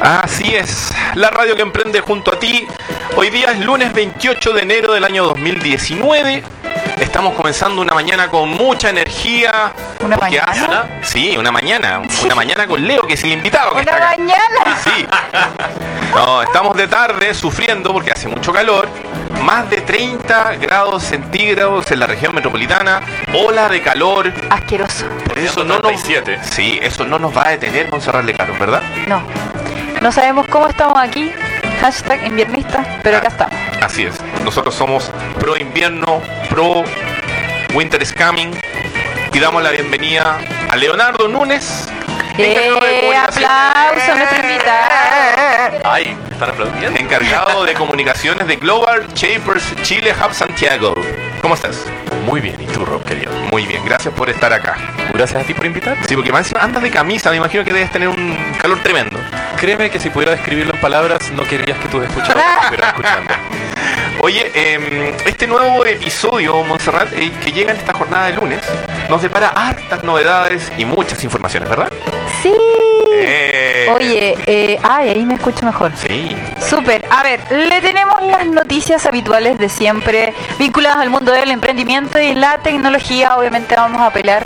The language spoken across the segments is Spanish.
Así es, la radio que emprende junto a ti. Hoy día es lunes 28 de enero del año 2019. Estamos comenzando una mañana con mucha energía. ¿Una porque mañana? Asna- sí, una mañana. Una mañana con Leo, que es el invitado. Que Una está acá. mañana. Sí. No, estamos de tarde sufriendo porque hace mucho calor. Más de 30 grados centígrados en la región metropolitana. Ola de calor. Asqueroso. Eso no, nos, 37. sí, eso no nos va a detener, Monserrat Lecaros, ¿verdad? No. No sabemos cómo estamos aquí. Hashtag inviernista, pero acá estamos. Así es. Nosotros somos pro invierno, pro winter is coming. Y damos la bienvenida a Leonardo Núñez. encargado de ¡Eh! comunicaciones- ¡Aplauso a nuestro invitado! Ay, ¿me están aplaudiendo. Encargado de comunicaciones de Global Shapers Chile Hub Santiago. ¿Cómo estás? Muy bien, ¿y tú, Rob, querido? Muy bien, gracias por estar acá. Gracias a ti por invitarme. Sí, porque más encima andas de camisa, me imagino que debes tener un calor tremendo. Créeme que si pudiera describirlo en palabras, no querrías que tus escuchadores me estuvieran escuchando. Oye, eh, este nuevo episodio, Montserrat, eh, que llega en esta jornada de lunes, nos depara hartas novedades y muchas informaciones, ¿verdad? ¡Sí! Eh, Oye, eh, ay, ahí me escucho mejor. Sí. Súper. A ver, le tenemos las noticias habituales de siempre vinculadas al mundo del emprendimiento y la tecnología. Obviamente vamos a apelar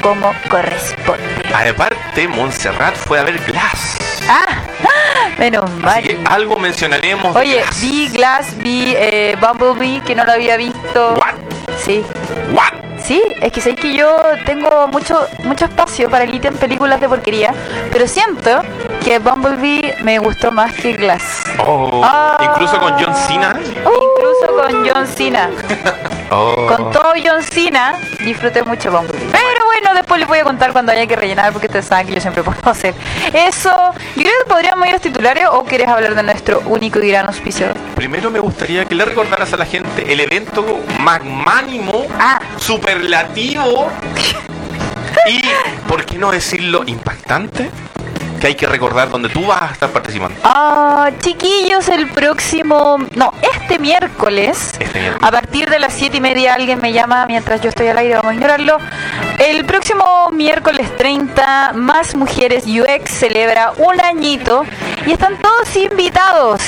como corresponde. Aparte, Montserrat fue a ver Glass. ¡Ah! Menos mal. Así que algo mencionaremos. de Oye, Glass. vi Glass, vi eh, Bumblebee, que no lo había visto. What? Sí, What? sí, es que sé que yo tengo mucho mucho espacio para el ítem películas de porquería, pero siento que Bumblebee me gustó más que Glass. Oh, Ah. Incluso con John Cena. Incluso con John Cena. Oh. Con todo John Cena, disfruté mucho Bumblebee. Pero bueno, después les voy a contar cuando haya que rellenar, porque ustedes saben que yo siempre puedo hacer eso. Yo creo que podríamos ir a los titulares o quieres hablar de nuestro único y gran auspiciador. Primero me gustaría que le recordaras a la gente el evento magnánimo, Ah. superlativo y, ¿por qué no decirlo, impactante? Que hay que recordar donde tú vas a estar participando. Ah, chiquillos, el próximo, no, este miércoles, Este miércoles. a partir de las siete y media alguien me llama mientras yo estoy al aire, vamos a ignorarlo. El próximo miércoles 30, Más Mujeres UX celebra un añito y están todos invitados.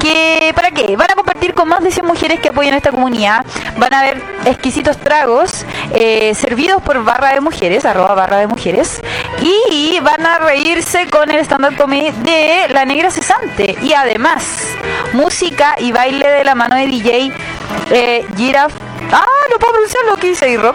que ¿Para qué? Van a compartir con más de 100 mujeres que apoyan a esta comunidad. Van a ver exquisitos tragos eh, servidos por barra de mujeres, arroba barra de mujeres. Y van a reírse con el stand-up comedy de La Negra Cesante. Y además, música y baile de la mano de DJ eh, Giraf. Ah, no puedo pronunciar lo que dice Rob.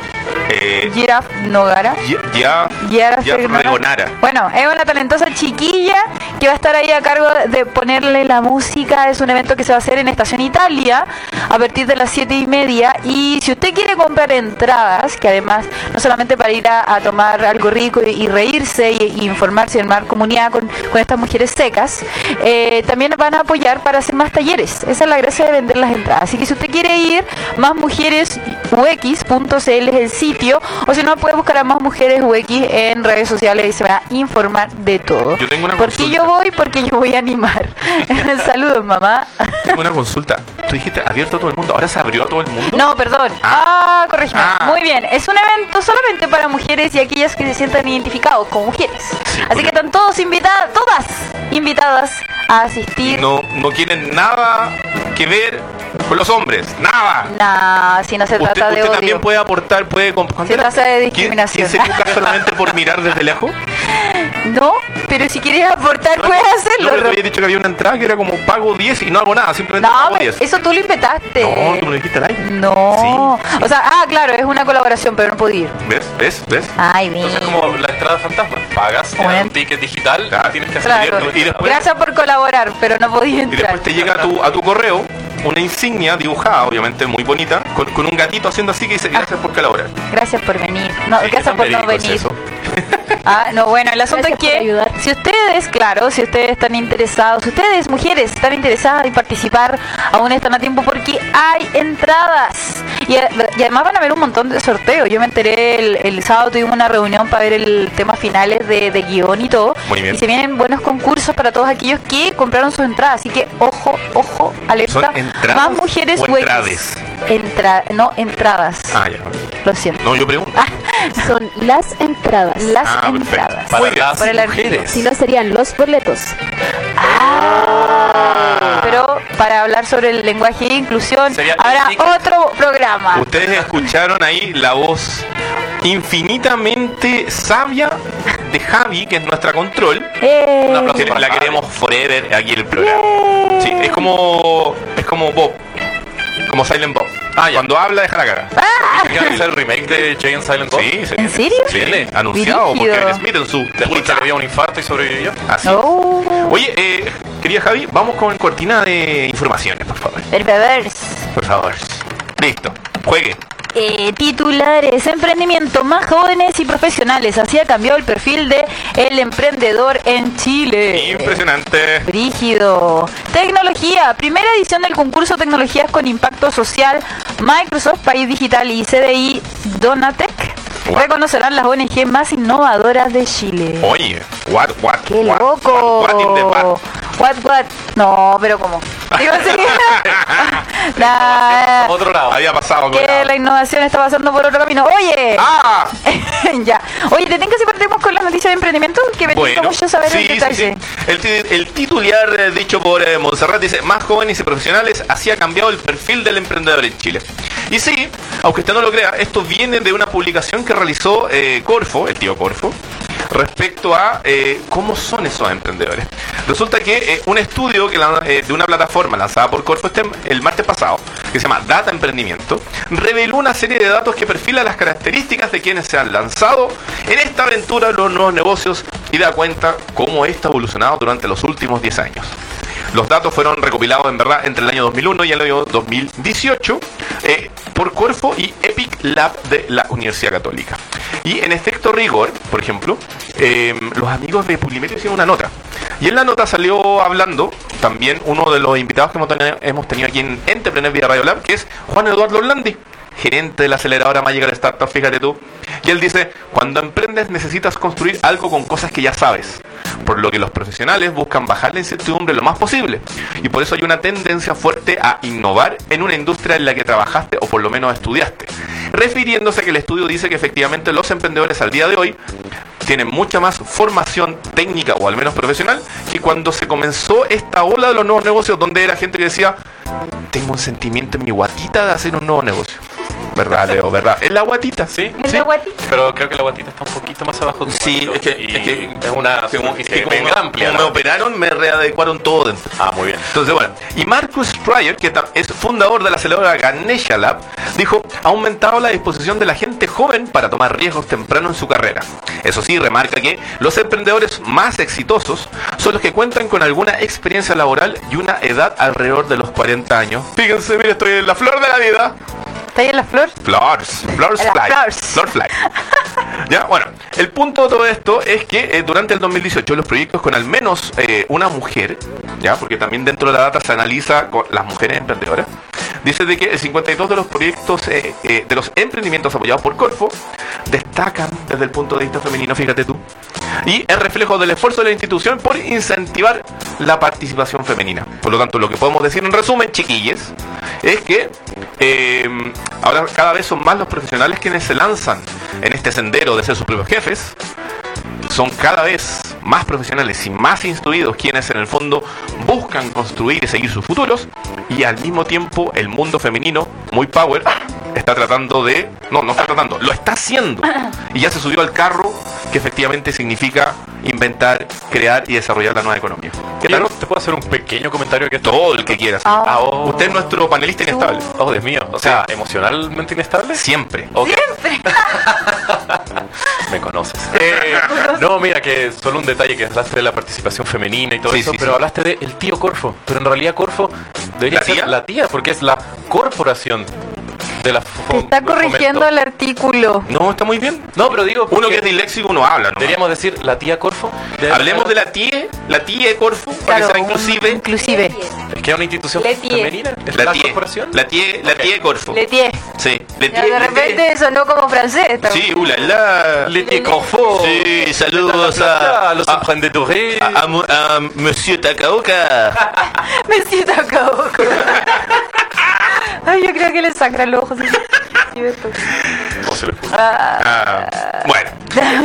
Eh, Giraf Nogara. ya, ya, Giraf ya Fergana. pregonara. Bueno, es una talentosa chiquilla que va a estar ahí a cargo de ponerle la música. Es un evento que se va a hacer en Estación Italia a partir de las 7 y media. Y si usted quiere comprar entradas, que además no solamente para ir a, a tomar algo rico y, y reírse y, y informarse y armar comunidad con, con estas mujeres secas, eh, también van a apoyar para hacer más talleres. Esa es la gracia de vender las entradas. Así que si usted quiere ir, más mujeres UX.cl es el sitio. O si no, puede buscar a más mujeres UX en redes sociales y se va a informar de todo. Yo tengo una ¿Por qué consulta. yo voy? Porque yo voy a animar. Saludos, mamá. Tengo una consulta. Tú dijiste abierto a todo el mundo, ahora se abrió a todo el mundo. No, perdón. Ah, Ah. corrígeme. Ah. Muy bien. Es un evento solamente para mujeres y aquellas que se sientan identificados con mujeres. Sí, Así porque- que están todos invitadas, todas invitadas a asistir. No, no quieren nada que ver con los hombres, nada. Nah, si no se Usted, trata de usted odio. también puede aportar, puede compartir. Se trata de discriminación. ¿Quién se educa solamente por mirar desde lejos? No, pero si quieres aportar, puedes Yo hacerlo. te Ro- había dicho que había una entrada que era como pago 10 y no hago nada, simplemente No, pago pero este 10. eso tú lo inventaste. No, tú me lo dijiste al aire. No. Sí, sí. O sea, ah, claro, es una colaboración, pero no pude ir. ¿Ves? ¿Ves? ¿Ves? Ay, bien. Entonces, como la entrada fantasma, pagas te Bueno. dan un ticket digital, Claro. tienes que Claro. hacer Y después- Gracias por colaborar, pero no Y podía entrar. después te llega a tu, a tu correo una insignia dibujada, obviamente muy bonita, con, con un gatito haciendo así que dice gracias por colaborar. Ah. Gracias por venir. No, Sí, gracias tan por no verídico es venir. eso. Ah, no, bueno, el asunto Gracias es por que ayudar. si ustedes, claro, si ustedes están interesados, si ustedes, mujeres, están interesadas en participar, aún están a tiempo porque hay entradas. Y, a- y además van a haber un montón de sorteos. Yo me enteré el, el sábado, tuvimos una reunión para ver el tema finales de, de guión y todo. Muy bien. Y se vienen buenos concursos para todos aquellos que compraron sus entradas. Así que, ojo, ojo, alerta. ¿Son entradas Más mujeres o huecas. entrades? Entra, no, entradas. Ah, ya. Lo siento. No, yo pregunto. Son las entradas. Las Ah, perfecto. entradas. Muy Para bien. las Por el archivo. mujeres. Si no serían los boletos. Pero para hablar sobre el lenguaje e inclusión Sería habrá el- otro programa. Ustedes escucharon ahí la voz infinitamente sabia de Javi, que es nuestra control. Eh, Un aplauso. Que la queremos forever aquí en el programa. Sí, es como es como Bob, como Silent Bob. Ah, Cuando habla deja la cara. ¿Qué va a hacer el remake de Jay and Silent Bob? Sí, se ¿En viene. serio? Se viene anunciado Brígido. porque Will Smith en su La pulsa le dio un infarto y sobrevivió. Así. Oh, Oye, eh, querida Javi, vamos con cortina de informaciones, por favor. el perverse. Por favor. Listo. Juegue. Eh, titulares, emprendimiento, más jóvenes y profesionales. Así ha cambiado el perfil de el emprendedor en Chile. Impresionante. Brígido. Tecnología. Primera edición del concurso Tecnologías con Impacto Social. Microsoft, País Digital y CDI Donatec reconocerán las ONG más innovadoras de Chile. Oye, what, what, ¡Qué what, loco! what, what in the bat? What, what? No, pero ¿cómo? Digo así. La- Otro lado. Había pasado con que la- la innovación está pasando por otro camino. Oye, ¡Ah! ya. Oye, ¿te tengo que si partimos con las noticias de emprendimiento? Que me gusta mucho saber sí, el sí, detalle. sí. El, ti- el titular eh, dicho por eh, Montserrat dice, más jóvenes y profesionales, así ha cambiado el perfil del emprendedor en Chile. Y sí, aunque usted no lo crea, esto viene de una publicación que realizó eh, Corfo, el tío Corfo, respecto a eh, cómo son esos emprendedores. Resulta que eh, un estudio que la- eh, de una plataforma lanzada por Corfo este, el martes pasado, que se llama Data Emprendimiento, reveló una serie de datos que perfila las características de quienes se han lanzado en esta aventura de los nuevos negocios y da cuenta cómo esta ha evolucionado durante los últimos 10 años. Los datos fueron recopilados en verdad entre el año 2001 y el año 2018 eh, por Corfo y Epic Lab de la Universidad Católica. Y en estricto rigor, por ejemplo, eh, los amigos de Publimetro hicieron una nota. Y en la nota salió hablando también uno de los invitados que hemos tenido, hemos tenido aquí en Entrepreneur Vía Radio Lab, que es Juan Eduardo Orlandi, gerente de la aceleradora Magical Startup, fíjate tú. Y él dice, cuando emprendes necesitas construir algo con cosas que ya sabes por lo que los profesionales buscan bajar la incertidumbre lo más posible. Y por eso hay una tendencia fuerte a innovar en una industria en la que trabajaste o por lo menos estudiaste. Refiriéndose a que el estudio dice que efectivamente los emprendedores al día de hoy tienen mucha más formación técnica o al menos profesional que cuando se comenzó esta ola de los nuevos negocios donde era gente que decía, tengo un sentimiento en mi guatita de hacer un nuevo negocio. ¿Verdad, Leo? ¿Verdad? En la guatita, sí. El sí. de Guatita. Pero creo que la guatita está un poquito más abajo. de un Sí, cuadro es que, y es que- es una que como- superficie que como bien me- amplia. como ¿no? me operaron, me readecuaron todo dentro. Ah, muy bien. Entonces, bueno, y Marcus Pryor, que ta- es fundador de la aceleradora Ganesha Lab, dijo, ha aumentado la disposición de la gente joven para tomar riesgos temprano en su carrera. Eso sí, remarca que los emprendedores más exitosos son los que cuentan con alguna experiencia laboral y una edad alrededor de los 40 años. Fíjense, mira, estoy en la flor de la vida. ¿Está ahí en la flor? Flowers, Flowers Las Fly. flowers. Flor Fly. ya, bueno, el punto de todo esto es que eh, durante el 2018 los proyectos con al menos eh, una mujer, ya, porque también dentro de la data se analiza con las mujeres emprendedoras, dice de que el 52 de los proyectos eh, eh, de los emprendimientos apoyados por Corfo destacan desde el punto de vista femenino, fíjate tú, y es reflejo del esfuerzo de la institución por incentivar la participación femenina. Por lo tanto, lo que podemos decir en resumen, chiquilles, es que eh, ahora cada vez son más los profesionales quienes se lanzan en este sendero de ser sus propios jefes. Son cada vez más profesionales y más instruidos quienes en el fondo buscan construir y seguir sus futuros y al mismo tiempo el mundo femenino, muy power, está tratando de... No, no está tratando, lo está haciendo. Y ya se subió al carro que efectivamente significa inventar, crear y desarrollar la nueva economía. ¿Qué tal? Claro, ¿Te puedo hacer un pequeño comentario que esto? Todo el que quieras. Ah. Ah, oh, Usted es nuestro panelista inestable. oh, Dios mío. O sea, emocionalmente inestable. Siempre. Ok, Siempre. me conoces. Eh, no, mira, que solo un detalle que hablaste de la participación femenina y todo Sí, eso, sí, pero sí. hablaste del tío Corfo. Pero en realidad Corfo debería ¿La ser tía? la tía, porque es la corporación de la fo- Te está del corrigiendo fomento. el artículo. No, está muy bien. No, pero digo, Uno que porque es disléxico no habla. nomás. deberíamos decir la tía Corfo. Hablemos de la TIE, la TIE Corfu, para que Claro, sea un- inclusive. Inclusive. Es que es una institución Le tía. femenina. ¿Es La la, TIE. corporación. La TIE, la Ok. TIE Corfu. Le tie. Sí, le Ya, TIE. De le repente sonó como francés. TIE. Sí, ula, la. Le tía Corfo. Sí, saludos a, a. los Ah, a- emprendedores. a- a mu- a Monsieur Takaoka. Me siento acabo. Ay, yo creo que le sangra el ojo. sí. Sí, esto. posible. Ah, Ah, bueno,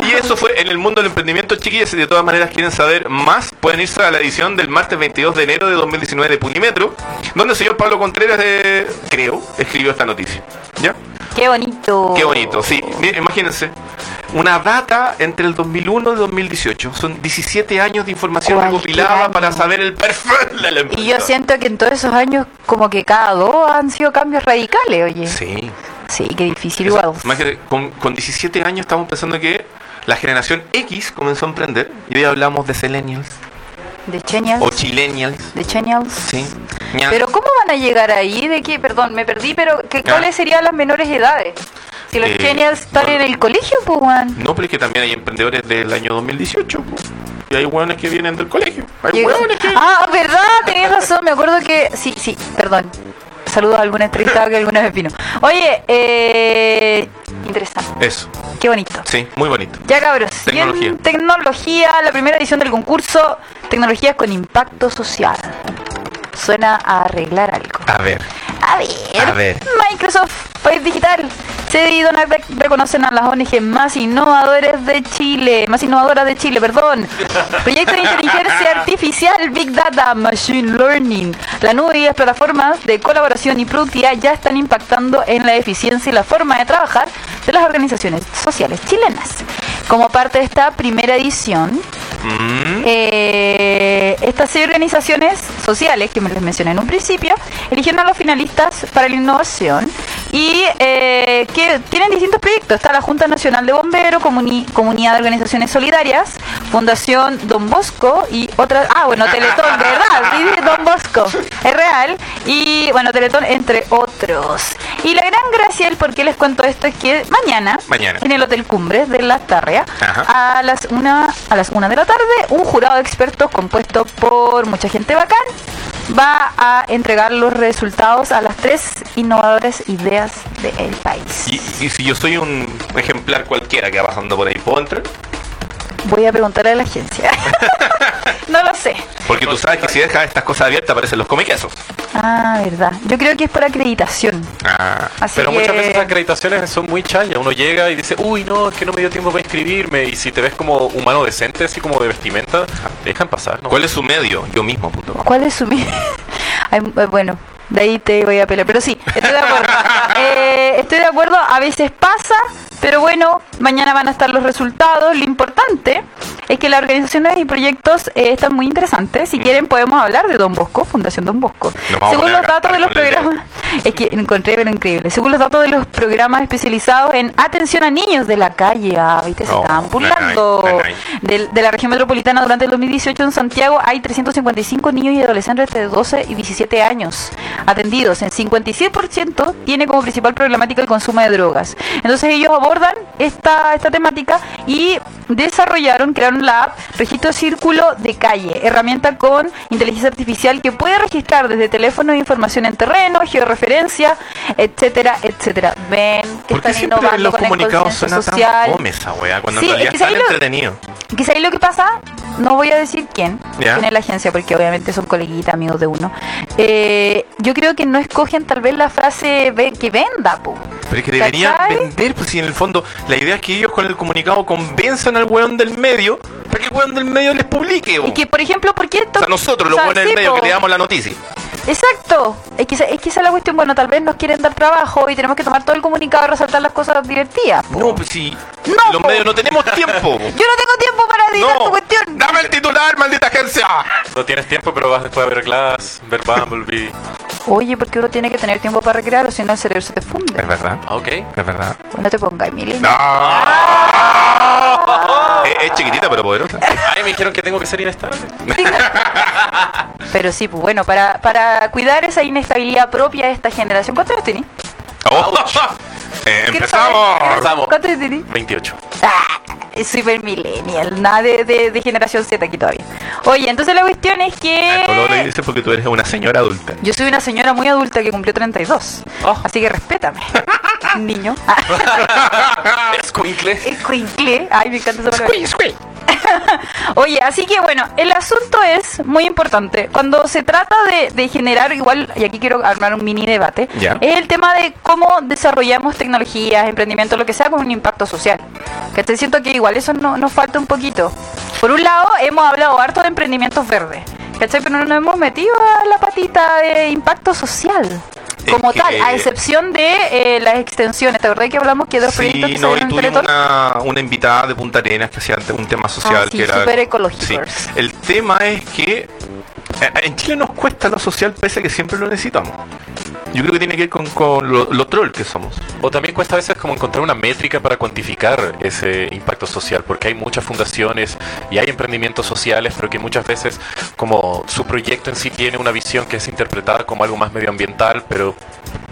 y eso fue en el mundo del emprendimiento, chiquillos. Si de todas maneras quieren saber más, pueden irse a la edición del martes 22 de enero de 2019 de Pulimetro, donde el señor Pablo Contreras, eh, creo, escribió esta noticia. ¿Ya? qué bonito. Qué bonito, sí. Miren, imagínense, una data entre el 2001 y el 2018. Son 17 años de información Cualquier recopilada año. para saber el perfil de la empresa. Y yo siento que en todos esos años, como que cada dos han sido cambios radicales, oye. Sí, Sí. qué difícil, Eso, wow. imagínate, con, con 17 años estamos pensando que la generación X comenzó a emprender y hoy hablamos de Selenials De Chenials. o Chilenials. De Chenials. Sí. Ña. Pero ¿cómo van a llegar ahí? ¿De qué? Perdón, me perdí, pero ¿qué, ¿cuáles serían las menores edades? Si los Eh, Chenials están no. en el colegio, pues, weón. No, pero es que también hay emprendedores del año 2018. po. Y hay hueones que vienen del colegio. Hay Llega- hueones que. Ah, verdad, tenías razón. Me acuerdo que. Sí, sí, perdón. Saludos a algún entrevistado que alguna vez vino. Oye, eh, interesante. Eso, Qué bonito. sí, muy bonito. Ya cabros, y en Tecnología. tecnología, la primera edición del concurso, tecnologías con impacto social. Suena a arreglar algo. A ver, A ver, A ver. Microsoft País Digital. Se y Donatec reconocen a las ONG más innovadores de Chile, más innovadoras de Chile, perdón. Proyecto de inteligencia artificial, Big Data, Machine Learning. La nube y las plataformas de colaboración y productividad ya están impactando en la eficiencia y la forma de trabajar de las organizaciones sociales chilenas. Como parte de esta primera edición, eh, estas seis organizaciones sociales que me les mencioné en un principio eligieron a los finalistas para la innovación y eh, que tienen distintos proyectos. Está la Junta Nacional de Bomberos, Comuni- Comunidad de Organizaciones Solidarias, Fundación Don Bosco y otras. Ah, bueno, Teletón, de verdad, sí, sí, Don Bosco, es real. Y bueno, Teletón, entre otros. Y la gran gracia del por qué les cuento esto es que mañana, Mañana. en el Hotel Cumbres de la Tarrea, Ajá. a las una a las una de la tarde un jurado de expertos compuesto por mucha gente bacán va a entregar los resultados a las tres innovadoras ideas del país. y, y si yo soy un ejemplar cualquiera que va pasando por ahí, ¿puedo entrar? Voy a preguntarle a la agencia. no lo sé. Porque tú sabes que si dejas estas cosas abiertas aparecen los comiquesos. Ah, verdad. Yo creo que es por acreditación. Ah. Así Pero que- muchas veces esas acreditaciones son muy chaya. Uno llega y dice, uy, no, es que no me dio tiempo para inscribirme. Y si te ves como humano decente, así como de vestimenta, te dejan pasar. ¿no? ¿Cuál es su medio? Yo mismo, punto. com. ¿Cuál es su mi- Ay, eh, Bueno, de ahí te voy a pelear. Pero sí, estoy de acuerdo. Eh, estoy de acuerdo, a veces pasa, pero bueno, mañana van a estar los resultados. Lo importante es que las organizaciones y proyectos eh, están muy interesantes. Si quieren, podemos hablar de Don Bosco, Fundación Don Bosco. Mm. Nos vamos a Según poner a los datos de los cantar con el programas, es que encontré pero increíble. Según los datos de los programas especializados en atención a niños de la calle, ah, ¿viste? Se Oh, estaban burlando nanay, nanay. del- de, la región metropolitana durante el 2018 en Santiago hay 355 niños y adolescentes de 12 y 17 años atendidos. En 56% tiene como principal problemática el consumo de drogas. Entonces ellos abordan esta, esta temática y desarrollaron, crearon la app Registro Círculo de Calle, herramienta con inteligencia artificial que puede registrar desde teléfono información en terreno, georreferencia, etcétera, etcétera. Ven que ¿Por qué están siempre en innovando los con el comunicados conciencia suena social. tan fome esa wea? Cuando Sí, en realidad es que están ahí lo- entretenido. Quizá ahí lo que pasa, no voy a decir quién, Ya. quién es la agencia, porque obviamente son coleguitas, amigos de uno. Eh, yo creo que no escogen tal vez la frase ve- que venda, po. Pero es que deberían ¿Cachai? vender, pues si en el fondo la idea es que ellos con el comunicado convenzan al weón del medio para que el weón del medio les publique. bo. Y que, por ejemplo, ¿por qué o esto? sea, nosotros los O sea, weones del sí, medio que po. le damos la noticia. Exacto. Es que, esa- es que esa es la cuestión. Bueno, tal vez nos quieren dar trabajo y tenemos que tomar todo el comunicado y resaltar las cosas divertidas. po. No, pues si No, los po. medios no tenemos tiempo. bo. Yo no tengo tiempo para editar tu cuestión. no, dame el titular, maldita agencia. No tienes tiempo, pero vas después a ver Glass, ver Bumblebee. Oye, porque uno tiene que tener tiempo para recrear o si no el cerebro se te funde. verdad, Ah, ok. es verdad. No te pongas, Emily. Ah. Es, es chiquitita pero poderosa. Ay, me dijeron que tengo que ser inestable. Pero sí, pues bueno, para, para cuidar esa inestabilidad propia de esta generación. ¿Cuántos años tenés? Oh, eh, Quiero saber. empezamos. Empezamos. ¿Cuántos años tenés? 28. Ah, super millennial, nada de, de- de generación Z aquí todavía. Oye, entonces la cuestión es No lo le que... dices porque tú eres una señora adulta. Yo soy una señora muy adulta que cumplió 32. Oh. Así que respétame, niño. Ah, Escuincle. Es cuincle. Ay, me encanta esa palabra. Oye, así que bueno, el asunto es muy importante. Cuando se trata de, de generar, igual, y aquí quiero armar un mini debate, Ya. es el tema de cómo desarrollamos tecnologías, emprendimiento, lo que sea, con un impacto social. Que te siento que igual eso no, nos falta un poquito. Por un lado, hemos hablado harto de emprendimientos verdes. ¿Cachai? Pero no nos hemos metido a la patita de impacto social. Es Como que- tal, a excepción de eh, las extensiones. ¿Te acordás que hablamos que dos proyectos Sí, que no, y salieron en tuvimos Teletón? una, una invitada de Punta Arenas que hacía un tema social Ah, sí, que era. súper ecológicos. Sí. El tema es que eh, en Chile nos cuesta lo social pese a que siempre lo necesitamos. Yo creo que tiene que ver con, con lo, lo troll que somos. O también cuesta a veces como encontrar una métrica para cuantificar ese impacto social, porque hay muchas fundaciones y hay emprendimientos sociales, pero que muchas veces como su proyecto en sí tiene una visión que es interpretada como algo más medioambiental, pero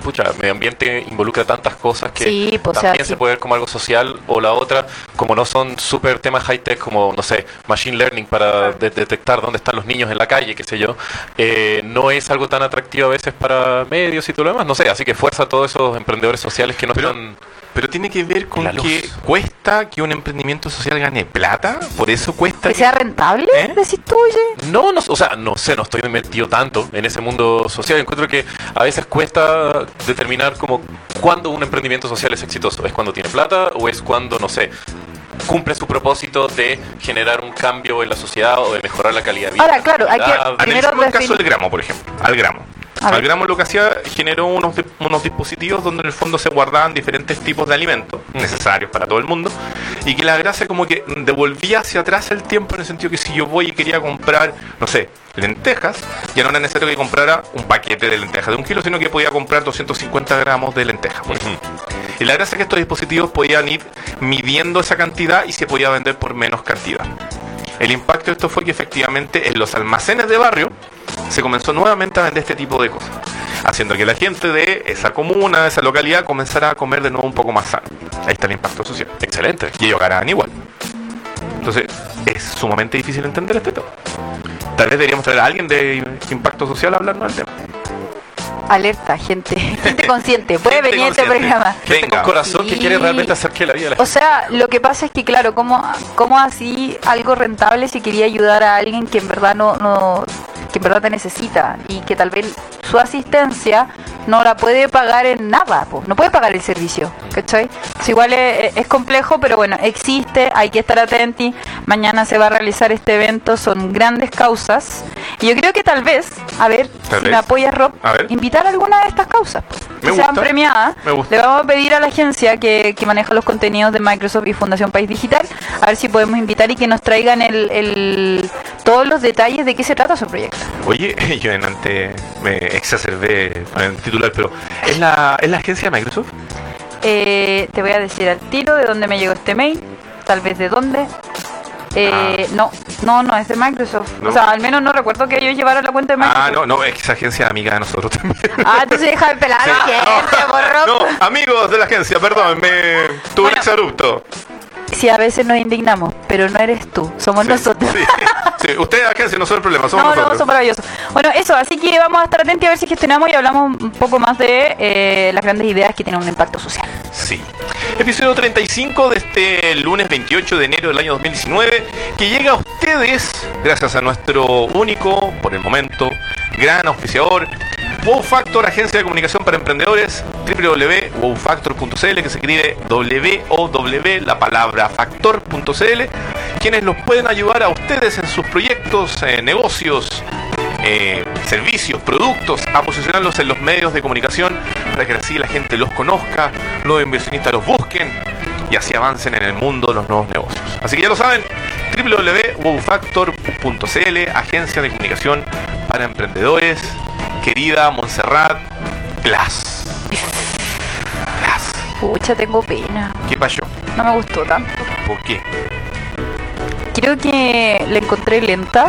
pucha, medio ambiente involucra tantas cosas que Sí, pues, o sea, también sí. se puede ver como algo social o la otra, como no son súper temas high tech como, no sé, machine learning para de- detectar dónde están los niños en la calle, qué sé yo, eh, no es algo tan atractivo a veces para medios y todo lo demás, no sé, así que fuerza a todos esos emprendedores sociales que no Pero- están... Pero tiene que ver con La luz. que cuesta que un emprendimiento social gane plata, por eso cuesta ¿Que sea rentable? ¿Eh? Decís tú, oye. No, no, o sea, no sé, no estoy metido tanto en ese mundo social. Encuentro que a veces cuesta determinar como cuándo un emprendimiento social es exitoso. ¿Es cuando tiene plata o es cuando, no sé, cumple su propósito de generar un cambio en la sociedad o de mejorar la calidad de vida? Ahora, claro, hay que- Ah, primero Analicemos el caso definir- del gramo, por ejemplo. Al gramo. A Al ver. gramo lo que hacía generó unos, di- unos dispositivos donde en el fondo se guardaban diferentes tipos de alimentos necesarios para todo el mundo y que la grasa como que devolvía hacia atrás el tiempo en el sentido que si yo voy y quería comprar, no sé, lentejas, ya no era necesario que comprara un paquete de lentejas de un kilo, sino que podía comprar 250 gramos de lentejas. por ejemplo. Y la gracia es que estos dispositivos podían ir midiendo esa cantidad y se podía vender por menos cantidad. El impacto de esto fue que efectivamente en los almacenes de barrio se comenzó nuevamente a vender este tipo de cosas, haciendo que la gente de esa comuna, de esa localidad, comenzara a comer de nuevo un poco más sano. Ahí está el impacto social. Excelente. Y ellos ganaban igual. Entonces, es sumamente difícil entender este tema. Tal vez deberíamos traer a alguien de impacto social a hablarnos del tema. Alerta, gente. Gente consciente. Puede Gente venir este consciente. programa. Gente Venga. con corazón que Sí. quiere realmente hacer que la vida de la O sea, lo que pasa es que, claro, ¿cómo, cómo así algo rentable si quería ayudar a alguien que en verdad no, no que en verdad te necesita y que tal vez su asistencia no la puede pagar en nada, po. no puede pagar el servicio, ¿cachai? Es igual es, es complejo, pero bueno, existe, hay que estar atentos. Mañana se va a realizar este evento, son grandes causas. Y yo creo que tal vez, a ver, Tal si vez. me apoyas, Rob, A ver. invitar a alguna de estas causas, po, que Me sean gusta. premiadas. Me gusta. Le vamos a pedir a la agencia que, que maneja los contenidos de Microsoft y Fundación País Digital, a ver si podemos invitar y que nos traigan el, el- todos los detalles de qué se trata su proyecto. Oye, yo en antes me exacerbé con el titular, pero ¿es la, ¿es la agencia de Microsoft? Eh, te voy a decir al tiro de dónde me llegó este mail, tal vez de dónde. Eh, No, no, no es de Microsoft. Ah. No. O sea, al menos no recuerdo que ellos llevaran la cuenta de Microsoft. Ah, no, no, es que esa agencia es amiga de nosotros también. Ah, entonces deja de pelar a la gente, borró. No, amigos de la agencia, perdón, me tuve un Bueno. exabrupto. Sí, a veces nos indignamos, pero no eres tú, somos Sí, nosotros. Sí, sí, usted es la agencia, no son el problema, somos no, no, nosotros. son maravillosos. Bueno, eso, así que vamos a estar atentos a ver si gestionamos y hablamos un poco más de eh, las grandes ideas que tienen un impacto social. Sí. Episodio 35 de este lunes 28 de enero del año 2019, que llega a ustedes gracias a nuestro único, por el momento, gran auspiciador, Wow Factor, agencia de comunicación para emprendedores, www.wowfactor.cl, que se escribe W-O-W, la palabra factor.cl, quienes los pueden ayudar a ustedes en sus proyectos, eh, negocios, eh, servicios, productos, a posicionarlos en los medios de comunicación para que así la gente los conozca, los inversionistas los busquen y así avancen en el mundo de los nuevos negocios. Así que ya lo saben, www.wowfactor.cl, agencia de comunicación para emprendedores, querida Montserrat Glass. Glass. Pucha, tengo pena. ¿Qué pasó? No me gustó tanto. ¿Por qué? Creo que la encontré lenta.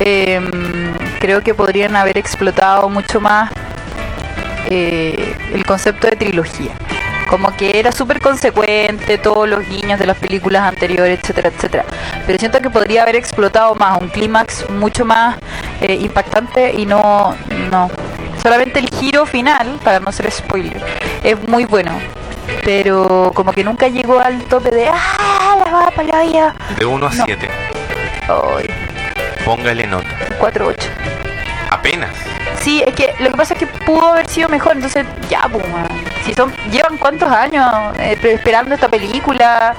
Em, creo que podrían haber explotado mucho más eh, el concepto de trilogía. Como que era súper consecuente, todos los guiños de las películas anteriores, etcétera, etcétera. Pero siento que podría haber explotado más, un clímax mucho más eh, impactante y no, no. Solamente el giro final, para no ser spoiler, es muy bueno. pero como que nunca llegó al tope de ¡Ah, la va para el hoyo! De 1 a No. 7. Ay, Póngale nota. 4-8. Apenas. Sí, es que lo que pasa es que pudo haber sido mejor, entonces ya, pues, weón. si son, llevan cuántos años eh, pre- esperando esta película,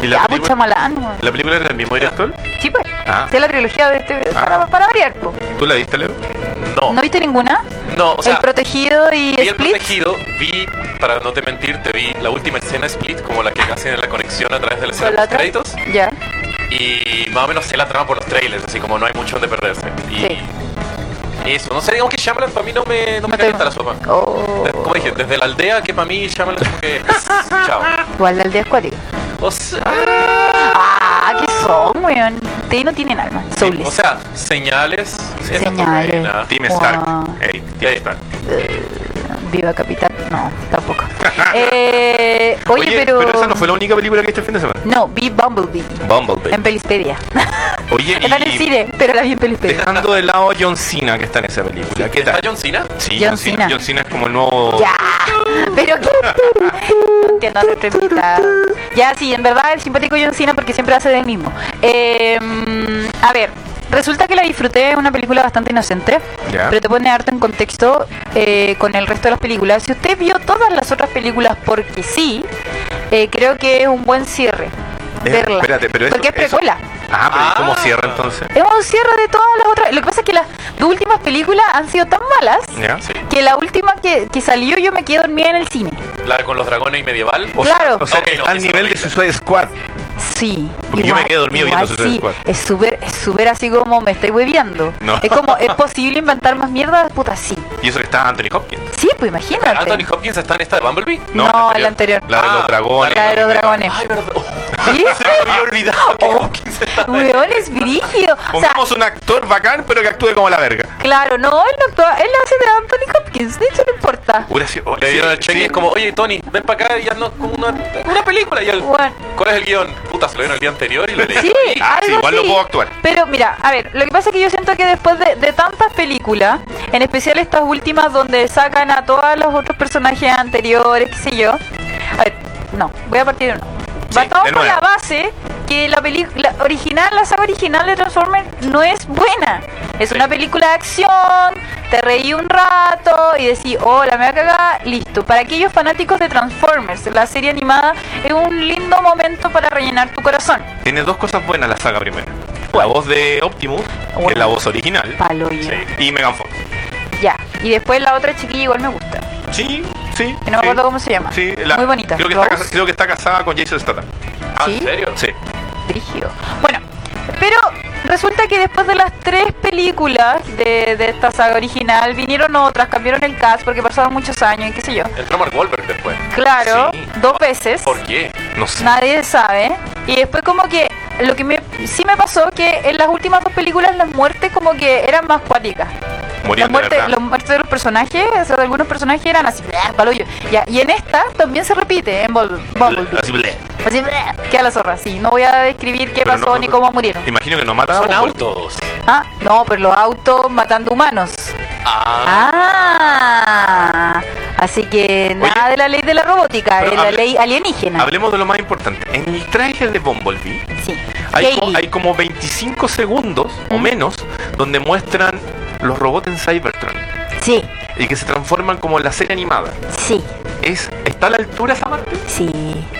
¿Y la película? ya, pues, chamalán, weón. ¿La película era del mismo director? Sí, pues, Ah. de la trilogía de este, Ah. para, para variar, pues. ¿Tú la viste, Leo? No, ¿No viste ninguna? no, Oh. o sea, el protegido y vi el Split. protegido, vi, para no te mentir, te vi la última escena Split, como la que hacen en la conexión a través de la escena ¿Con de la los otra? créditos, Ya. y más o menos sé la trama por los trailers, así como no hay mucho donde perderse. Y Sí. eso, no sé, digamos que Shyamalan para mí no me, No no me te- calienta la sopa. Oh. De- Como dije, desde la aldea que para mí Shyamalan como que... Chao. Igual la aldea acuática. O sea, Ah, ¿qué son, weón? Te no tienen alma. Soulless. o sea, señales. esa fue Señales. buena. Tim Wow. Ah, Stark. Ey, Tim Stark. Viva Capital. No, tampoco. eh, oye, pero... Pero esa no fue la única película que viste el fin de semana. No, vi Bumblebee. Bumblebee. En Pelispedia. Oye, Está en el y cine, pero la vi en Pelispedia. dejando de lado a John Cena que está en esa película. ¿Qué ¿Está tal? John Cena? Sí, John John Cena. Cena. John Cena es como el nuevo. Ya. Pero qué no entiendo a nuestro invitado. Ya sí, en verdad el simpático John Cena porque siempre hace del mismo. Eh, mm, a ver, resulta que la disfruté, es una película bastante inocente, Ya. pero te pone harto en contexto eh, con el resto de las películas. Si usted vio todas las otras películas porque sí, eh, creo que es un buen cierre. Eh, verla. espérate, pero eso- porque es eso- precuela. Ah, pero ¿y cómo Ah. cierra entonces? Es un cierre de todas las otras. Lo que pasa es que las dos últimas películas han sido tan malas ¿Ya? Sí. que la última que, que salió yo me quedé dormida en el cine. La con los dragones y medieval. O Claro. Sea, o sea, Ok, no, al esa nivel no de vi. Suicide Squad. Sí. Porque yo me quedé dormido igual viendo Suicide sí. Squad. Es súper, es súper así como me estoy hueviando. No. Es como, ¿es posible inventar más mierda? Puta, sí. Y eso que está Anthony Hopkins. Sí, pues imagínate. Anthony Hopkins está en esta de Bumblebee. No, No, la el anterior. La de Ah, los dragones. la de los dragones. Ay, verdad. Oh, ¿Sí? se me había olvidado que Oh. Hopkins está en Weón, es brígido. O sea, Pongamos un actor bacán, pero que actúe como la verga. claro, no, él no actúa, él hace de Anthony Hopkins, de hecho no importa. Hubiera sido- Le dieron sí, el check y sí. es como, oye Tony, ven para acá y haznos como una, una película. Y el, Bueno. ¿Cuál es el guión? Puta, se lo dieron el día anterior y lo leí. Sí, Ah, sí, algo igual lo así. puedo actuar. Pero mira, a ver, lo que pasa es que yo siento que después de, de tantas películas, en especial estas últimas donde sacan a todos los otros personajes anteriores, qué sé yo. A ver, no, voy a partir de uno. Sí, Partamos de por la nuevo. base que la película original, la saga original de Transformers no es buena. Es Sí. una película de acción, te reí un rato y decís, hola, me va a cagar, listo. Para aquellos fanáticos de Transformers, la serie animada es un lindo momento para rellenar tu corazón. Tiene dos cosas buenas la saga primera. La voz de Optimus, que es la voz original. Ah, Palo yo. Sí, Y Megan Fox. Ya, y después la otra chiquilla igual me gusta. Sí, sí. Que no me sí. acuerdo cómo se llama. Sí, la- Muy bonita. Creo que, está, Rose. cas- creo que está casada con Jason Statham. Ah, Sí. ¿en serio? Sí. Brígido. Bueno, pero resulta que después de las tres películas de, de esta saga original vinieron otras, cambiaron el cast porque pasaron muchos años y qué sé yo. Entró Mark Wahlberg después. Claro, Sí. dos veces. ¿Por qué? No sé. Nadie sabe. Y después como que lo que me, sí me pasó que en las últimas dos películas las muertes como que eran más cuáticas. Morían Las de muertes, verdad. las muertes de los personajes, o sea, de algunos personajes eran así, "Bleh, palo yo". Ya, y en esta también se repite en Bumble- Bumblebee. Así, bleh. Así, "Bleh", Pues queda la zorra, sí. No voy a describir qué Pero pasó no- ni cómo murieron. Imagino que nos mata Son a Bumblebee. autos. Ah, no, pero los autos matando humanos. Ah. Ah, así que nada de la ley de la robótica, Pero de la hable- ley alienígena. Hablemos de lo más importante. En el tráiler de Bumblebee Sí. hay, co- Hailey. hay como 25 segundos o Mm. menos donde muestran los robots en Cybertron Sí, y que se transforman como en la serie animada. sí, Es, está a la altura esa parte, sí,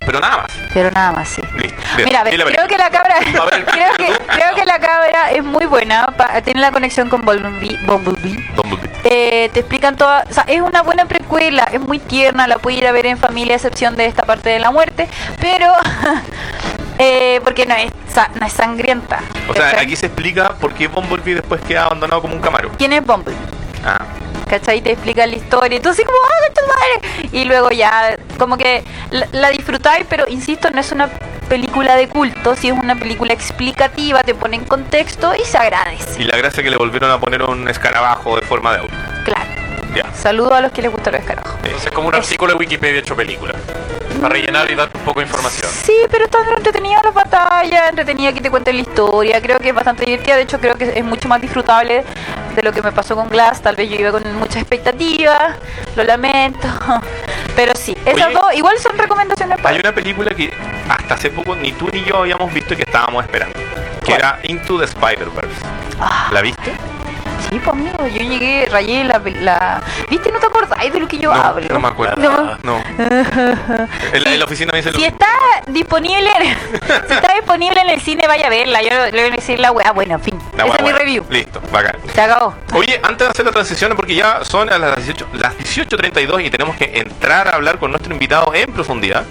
pero nada más. pero nada más, sí. Listo. Mira, a ver, Y la creo película. que la cabra, A ver, creo, que, creo que la cabra es muy buena, pa- tiene la conexión con Bumblebee. Bumblebee. Bumblebee. Eh, te explican toda, o sea, es una buena precuela, es muy tierna, la puede ir a ver en familia, a excepción de esta parte de la muerte, pero eh, porque no es, sa- no es sangrienta. O sea, ¿cachai? aquí se explica por qué Bumblebee después queda abandonado como un camaro. ¿Quién es Bumblebee? Ah, ¿Cachai? Te explica la historia y tú así como, ¡ah, concha tu madre! Y luego ya, como que la, la disfrutáis, pero insisto, no es una película de culto, si es una película explicativa, te pone en contexto y se agradece. y la gracia es que le volvieron a poner un escarabajo de forma de auto. Claro. Ya. Saludo a los que les gusta los escarabajos. Entonces es como un Es- artículo de Wikipedia hecho película. Para rellenar y dar un poco de información. Sí, pero está entretenida la batalla, entretenida que te cuenten la historia, creo que es bastante divertida, de hecho creo que es mucho más disfrutable de lo que me pasó con Glass, tal vez yo iba con muchas expectativas, lo lamento, Pero sí, esas Oye. dos igual son recomendaciones para... Hay una película que hasta hace poco ni tú ni yo habíamos visto y que estábamos esperando. Que ¿Cuál? era Into the Spider-Verse. Ah, ¿La viste? sí, pues amigo, yo llegué, rayé la... la- ¿Viste? ¿No te acordáis de lo que yo no, hablo? no me acuerdo. Ah, No. No. En, la, en la oficina me dice Si está disponible, en- si está disponible en el cine, vaya a verla. Yo le voy a decir la weá. Bueno, en fin. La Esa guagua. es mi review. Listo, bacán. Se acabó. Oye, antes de hacer la transición, porque ya son a las 18 las 18.32 y tenemos que entrar a hablar con nuestro invitado en profundidad,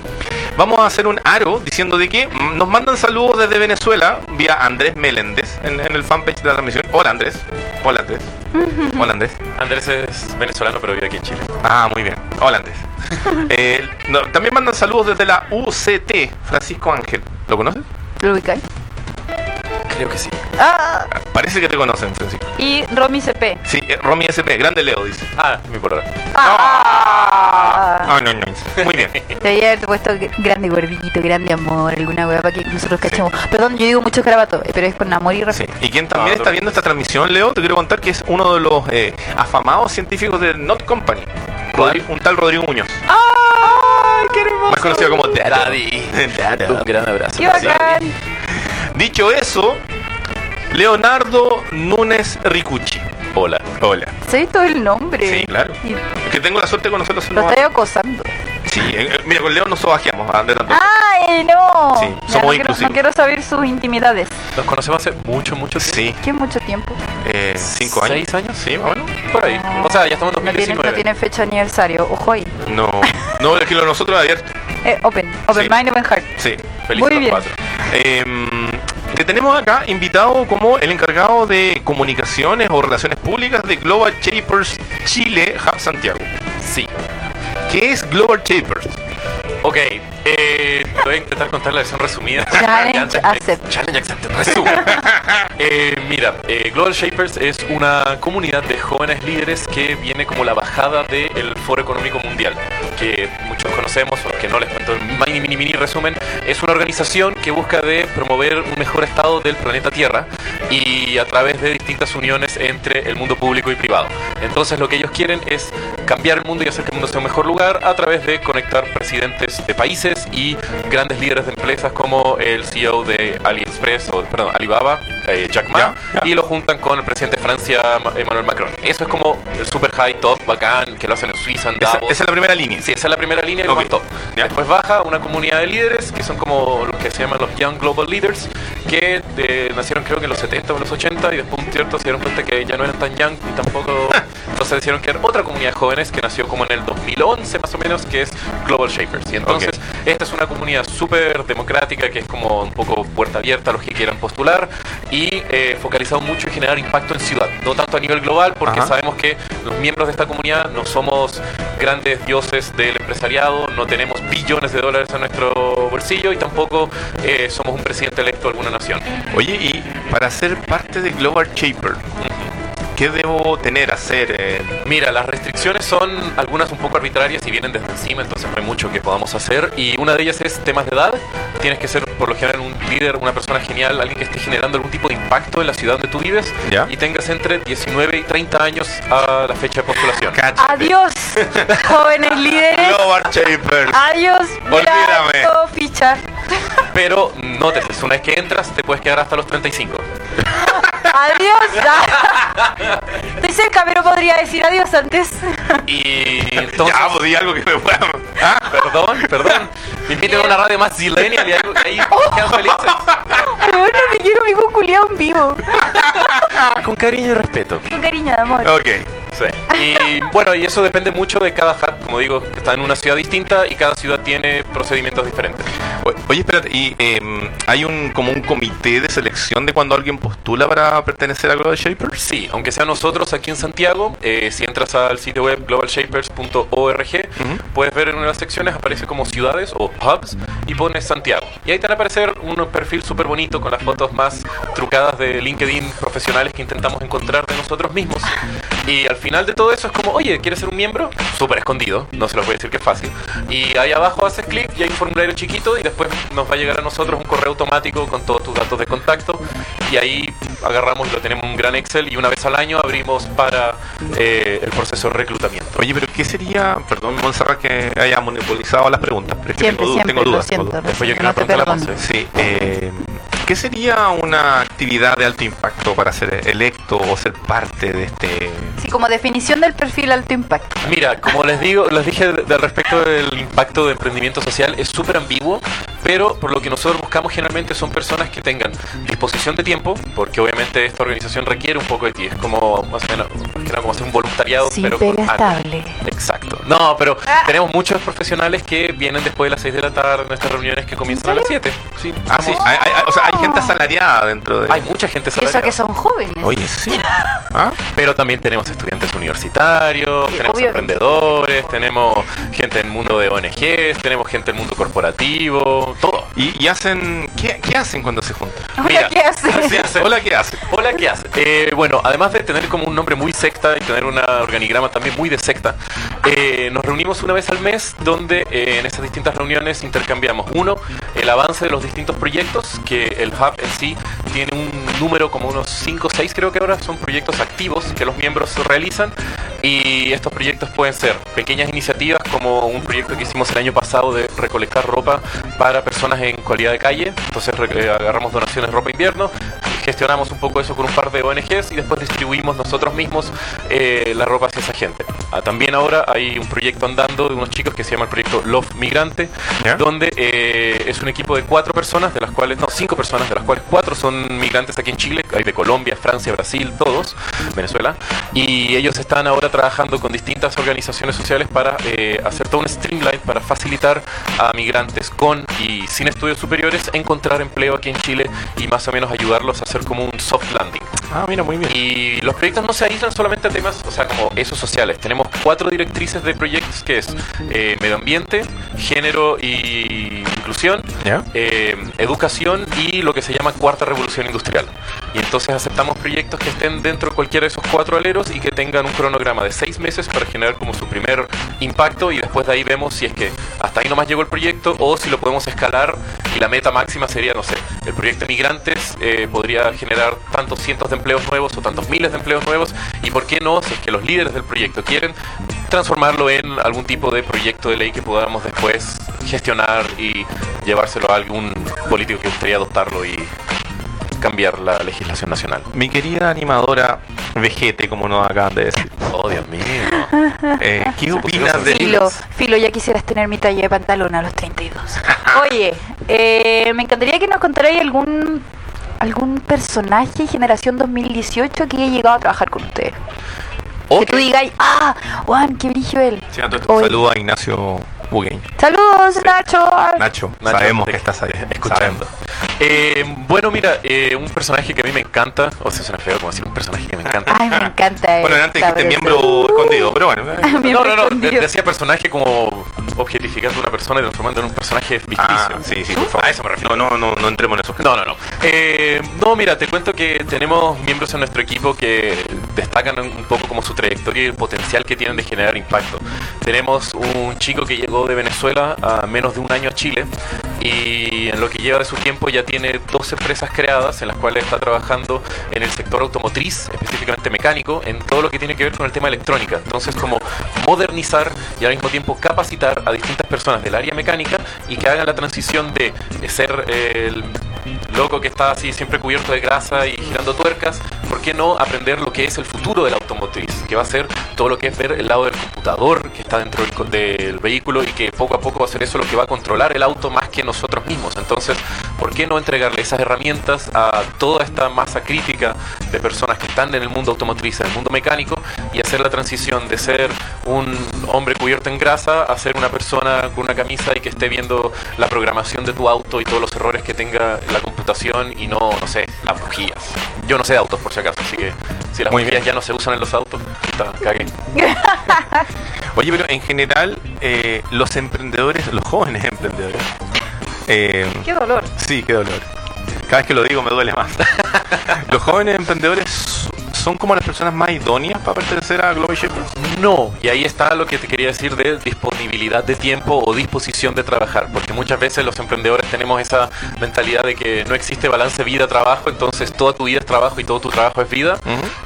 vamos a hacer un aro diciendo de que mm, nos mandan saludos desde Venezuela vía Andrés Meléndez en, en el fanpage de la transmisión. Hola Andrés. Hola Andrés. Hola Andrés. Andrés es venezolano, pero vive aquí en Chile. Ah, muy bien. Hola Andrés. Eh, no, también mandan saludos desde la UCT, Francisco Ángel. ¿Lo conoces? ¿Lo ubicáis? Creo que sí. Ah, Parece que te conocen, Francisco. y Romy CP. Sí, eh, Romy SP, grande Leo, dice. Ah, mi porra. Ah. Ah, no, no. Muy bien. Te había puesto gr- grande gordito, grande amor, alguna weá para que nosotros cachemos. Perdón, yo digo mucho garabato, pero es con amor y Sí. respeto. Y quien también Ah, está otro. viendo esta transmisión, Leo, te quiero contar que es uno de los eh, afamados científicos de Not Company. ¿Cuál? Un tal Rodrigo Muñoz, ¡Ay, qué hermoso! más conocido como Daddy. Daddy. Un gran abrazo. ¡Qué para Daddy. bacán! Dicho eso, Leonardo Núñez Ricucci. Hola. Hola. ¿Sabes todo el nombre? Sí, claro. Y Es que tengo la suerte de conocerlo hace lo unos estoy años. acosando. Sí, eh, eh, mira, con Leo nos sobajeamos. ah, de tanto. ¡Ay, no! Sí, Ya, somos no, quiero, inclusivos. no quiero saber sus intimidades. Nos conocemos hace mucho, mucho tiempo. Sí, ¿Qué mucho tiempo? eh, cinco años. ¿Seis años? Sí, más o menos. Por ahí. O sea, ya estamos en No tiene, 2019. no tiene fecha de aniversario. Ojo ahí. No, no, es que lo de nosotros es abierto. Eh, open. Open Sí. mind, open heart. Sí. Feliz Muy los bien. cuatro. Eh, te tenemos acá invitado como el encargado de comunicaciones o relaciones públicas de Global Shapers Chile Hub Santiago. Sí. ¿Qué es Global Shapers? Ok, eh, voy a intentar contar la versión resumida. Challenge accepted. Challenge accepted. Resumen. Eh, mira, eh, Global Shapers es una comunidad de jóvenes líderes que viene como la bajada del Foro Económico Mundial, que muchos conocemos, o que no les cuento en mini, mini, mini resumen. Es una organización que busca de promover un mejor estado del planeta Tierra y a través de distintas uniones entre el mundo público y privado. Entonces lo que ellos quieren es cambiar el mundo y hacer que el mundo sea un mejor lugar a través de conectar presidentes de países y grandes líderes de empresas como el CEO de AliExpress, o perdón, Alibaba, eh, Jack Ma, Ya, ya. y lo juntan con el presidente de Francia, Ma- Emmanuel Macron. Eso es como el super high top, bacán, que lo hacen en Suiza, en Esa, Davos. esa es la primera línea. Sí, esa es la primera línea y Ok. lo top. Ya. Después baja una comunidad de líderes que son como los que se llaman los Young Global Leaders, que eh, nacieron creo que en los 70 o en los 80 y después un cierto se dieron cuenta que ya no eran tan young y tampoco... entonces decidieron crear otra comunidad de jóvenes que nació como en el 2011 más o menos, que es Global Shapers. Y entonces esta es una comunidad súper democrática que es como un poco puerta abierta a los que quieran postular y eh, focalizado mucho en generar impacto en ciudad, no tanto a nivel global porque Ajá. sabemos que los miembros de esta comunidad no somos grandes dioses del empresariado, no tenemos billones de dólares en nuestro bolsillo y tampoco eh, somos un presidente electo de alguna nación. Oye, y para ser parte de Global Shaper, ¿qué debo tener, hacer? eh? Mira, las restricciones son algunas un poco arbitrarias y vienen desde encima, entonces no hay mucho que podamos hacer. Y una de ellas es temas de edad. Tienes que ser, por lo general, un líder, una persona genial, alguien que esté generando algún tipo de impacto en la ciudad donde tú vives Ya. y tengas entre 19 y 30 años a la fecha de postulación. Cáchate. Adiós, Ah. jóvenes líderes. Global Shapers. Adiós, Olvídame. brazo, ficha. Pero nótese, una vez que entras, te puedes quedar hasta los 35. Adiós. Ah. Estoy cerca, pero podría decir adiós antes. Y entonces. Ya, pues di algo que me pueda. Ah, Perdón, perdón. Me inviten a una radio más zilenial y algo- ahí quedan felices. Pero bueno, me quiero mi culiao en vivo. Con cariño y respeto. Con cariño de amor. ok. Y bueno, y eso depende mucho de cada hub. Como digo, está en una ciudad distinta y cada ciudad tiene procedimientos diferentes. O- Oye, espérate, ¿y em, hay un como un comité de selección de cuando alguien postula para pertenecer a Global Shapers? Sí, aunque sea nosotros aquí en Santiago, eh, si entras al sitio web globalshapers.org, puedes ver en una de las secciones, aparece como ciudades o hubs y pones Santiago. Y ahí te van a aparecer un perfil súper bonito con las fotos más trucadas de LinkedIn profesionales que intentamos encontrar de nosotros mismos. Y al final de todo eso es como, oye, ¿quieres ser un miembro? súper escondido, no se los voy a decir que es fácil. Y ahí abajo haces clic y hay un formulario chiquito y después nos va a llegar a nosotros un correo automático con todos tus datos de contacto y ahí agarramos y lo tenemos en un gran Excel y una vez al año abrimos para eh, el proceso de reclutamiento. Oye, pero ¿qué sería? Perdón, Monserrat, que haya monopolizado las preguntas, pero es que Siempre, tengo, du- siempre, tengo lo dudas. tengo siento. dudas. Después yo que quiero no te preguntar a la perdono. Monse. Sí, eh, ¿qué sería una actividad de alto impacto para ser electo o ser parte de este... Sí, como definición del perfil alto impacto. Mira, como les digo, les dije de- del respecto del impacto de emprendimiento social, es súper ambiguo, pero por lo que nosotros buscamos generalmente son personas que tengan disposición de tiempo, porque obviamente esta organización requiere un poco de ti, es como más o menos, más que nada como hacer un voluntariado, Sin pero pega con algo. estable. Exacto. No, pero Ah. tenemos muchos profesionales que vienen después de las 6 de la tarde, nuestras reuniones que comienzan a las 7. Sí, Ah, sí, somos- hay, hay- hay- o sea, hay ¡Oh! gente asalariada dentro de... Hay mucha gente Y eso asalariada. que son jóvenes. Oye, sí. ¿Ah? Pero también tenemos estudiantes universitarios, Sí, tenemos obvio. emprendedores, tenemos gente del mundo de ONGs, tenemos gente del mundo corporativo, todo. ¿Y, y hacen... ¿qué, qué hacen cuando se juntan? Hola, Mira, ¿qué haces? Sí, hacen- Hola, ¿qué hacen? Hola, ¿qué haces? Eh, bueno, además de tener como un nombre muy secta y tener un organigrama también muy de secta, eh, nos reunimos una vez al mes donde eh, en esas distintas reuniones intercambiamos, uno, el avance de los distintos proyectos, que el hub en sí tiene un número como unos 5 o 6 creo que ahora son proyectos activos que los miembros realizan y estos proyectos pueden ser pequeñas iniciativas como un proyecto que hicimos el año pasado de recolectar ropa para personas en calidad de calle, entonces re- eh, agarramos donaciones de ropa invierno, gestionamos un poco eso con un par de ONGs y después distribuimos nosotros mismos eh, la ropa hacia esa gente. Ah, también ahora hay un proyecto andando de unos chicos que se llama el proyecto Love Migrante, ¿Ya? donde eh, es un equipo de cuatro personas, de las cuales, no, cinco personas, de las cuales cuatro son migrantes aquí en Chile, hay de Colombia, Francia, Brasil, todos, Venezuela, y ellos están ahora trabajando con distintas organizaciones sociales para eh, hacer todo un streamline para facilitar a migrantes con y sin estudios superiores encontrar empleo aquí en Chile y más o menos ayudarlos a hacer como un soft landing. Ah, mira, muy bien. Y los proyectos no se aíslan solamente a temas, o sea, como esos sociales. Tenemos cuatro directrices de proyectos que es eh, medio ambiente, género y inclusión, ¿Ya? eh, educación y lo que se llama cuarta revolución industrial. Y entonces aceptamos proyectos que estén dentro de cualquiera de esos cuatro aleros y que tengan un cronograma de seis meses para generar como su primer impacto y después de ahí vemos si es que hasta ahí nomás llegó el proyecto o si lo podemos escalar y la meta máxima sería, no sé, el proyecto de migrantes eh, podría generar tantos cientos de empleos nuevos o tantos miles de empleos nuevos y por qué no, si es que los líderes del proyecto quieren transformarlo en algún tipo de proyecto de ley que podamos después gestionar y llevárselo a algún político que gustaría adoptarlo y cambiar la legislación nacional. Mi querida animadora Vejete, como nos acaban de decir, Oh, Dios mío. eh, ¿qué opinas de Filo, Filo, ya quisieras tener mi talla de pantalón a los 32. Oye, eh, me encantaría que nos contarais algún algún personaje generación 2018 que haya llegado a trabajar con ustedes. Ok. Que tú digáis, ah, Juan, qué brillo él. Sí, Antonio, Hoy- Saluda a Ignacio Bugueño. Saludos, Nacho. Nacho, Nacho, sabemos te- que estás ahí. Escuchando. sabemos. Eh, bueno, mira, eh, un personaje que a mí me encanta, o sea, suena feo como decir un personaje que me encanta. Ay, me encanta. Bueno, él, antes Eh, está dijiste precioso. miembro escondido, pero bueno. eh. Miembro No, no, no, escondido. de- decía personaje como objetificando a una persona y transformando en un personaje ficticio. Ah, sí, sí, por favor. A eso me refiero. No, no, no, no entremos en eso. No, no, no. Eh, no, mira, te cuento que tenemos miembros en nuestro equipo que destacan un poco como su trayectoria y el potencial que tienen de generar impacto. Tenemos un chico que llegó de Venezuela a menos de un año a Chile y en lo que lleva de su tiempo ya tiene dos empresas creadas en las cuales está trabajando en el sector automotriz, específicamente mecánico, en todo lo que tiene que ver con el tema electrónica. Entonces, como modernizar y al mismo tiempo capacitar a distintas personas del área mecánica y que hagan la transición de ser eh, el loco que está así siempre cubierto de grasa y girando tuercas, ¿por qué no aprender lo que es el futuro de la automotriz? Que va a ser todo lo que es ver el lado del computador que está dentro del, co- del vehículo y que poco a poco va a ser eso lo que va a controlar el auto más que nosotros mismos. Entonces, ¿por qué no entregarle esas herramientas a toda esta masa crítica de personas que están en el mundo automotriz, en el mundo mecánico, y hacer la transición de ser un hombre cubierto en grasa a ser una persona con una camisa y que esté viendo la programación de tu auto y todos los errores que tenga la computación y no, no sé, las bujías. Yo no sé de autos por si acaso, así que si las Muy bujías bien. ya no se usan en los autos, puta, cagué. Oye, pero en general, eh, los emprendedores, los jóvenes emprendedores. eh, Qué dolor. sí, qué dolor. Cada vez que lo digo me duele más. los jóvenes emprendedores so- son como las personas más idóneas para pertenecer a Global Shapers? No, y ahí está lo que te quería decir de disponibilidad de tiempo o disposición de trabajar, porque muchas veces los emprendedores tenemos esa mentalidad de que no existe balance vida-trabajo, entonces toda tu vida es trabajo y todo tu trabajo es vida.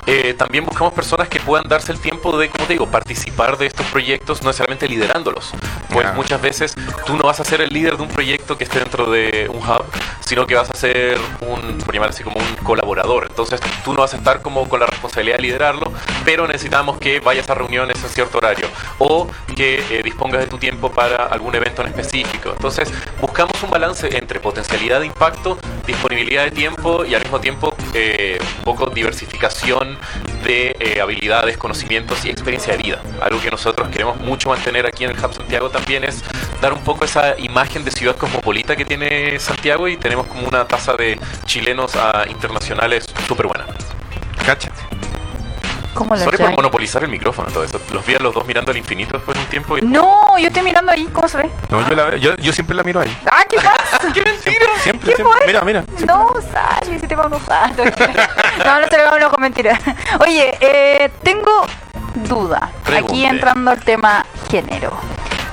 Eh, también buscamos personas que puedan darse el tiempo de, como te digo, participar de estos proyectos, no necesariamente liderándolos. Pues Ya. muchas veces tú no vas a ser el líder de un proyecto que esté dentro de un hub, sino que vas a ser un, por llamar así, como un colaborador. Entonces tú no vas a estar como con la responsabilidad de liderarlo, pero necesitamos que vayas a reuniones en cierto horario o que eh, dispongas de tu tiempo para algún evento en específico. Entonces buscamos un balance entre potencialidad de impacto, disponibilidad de tiempo y al mismo tiempo eh, un poco diversificación de eh, habilidades, conocimientos y experiencia de vida. Algo que nosotros queremos mucho mantener aquí en el Hub Santiago también es dar un poco esa imagen de ciudad cosmopolita que tiene Santiago y tenemos como una tasa de chilenos a internacionales súper buena. Cáchate. ¿Cómo lo Sorry por llaman? monopolizar el micrófono, todo eso. Los vi a los dos mirando al infinito después de un tiempo y... No, yo estoy mirando ahí, ¿cómo se ve? No, yo, la veo- yo, yo siempre la miro ahí. ¡Ah, qué pasa! ¡Qué mentira! Siempre, ¿Qué siempre. fue? Mira, mira. No, Sachi, si te va a enojar. No, no te le va a enojar, mentira. Oye, eh, tengo duda. Pregunte. Aquí entrando al tema género.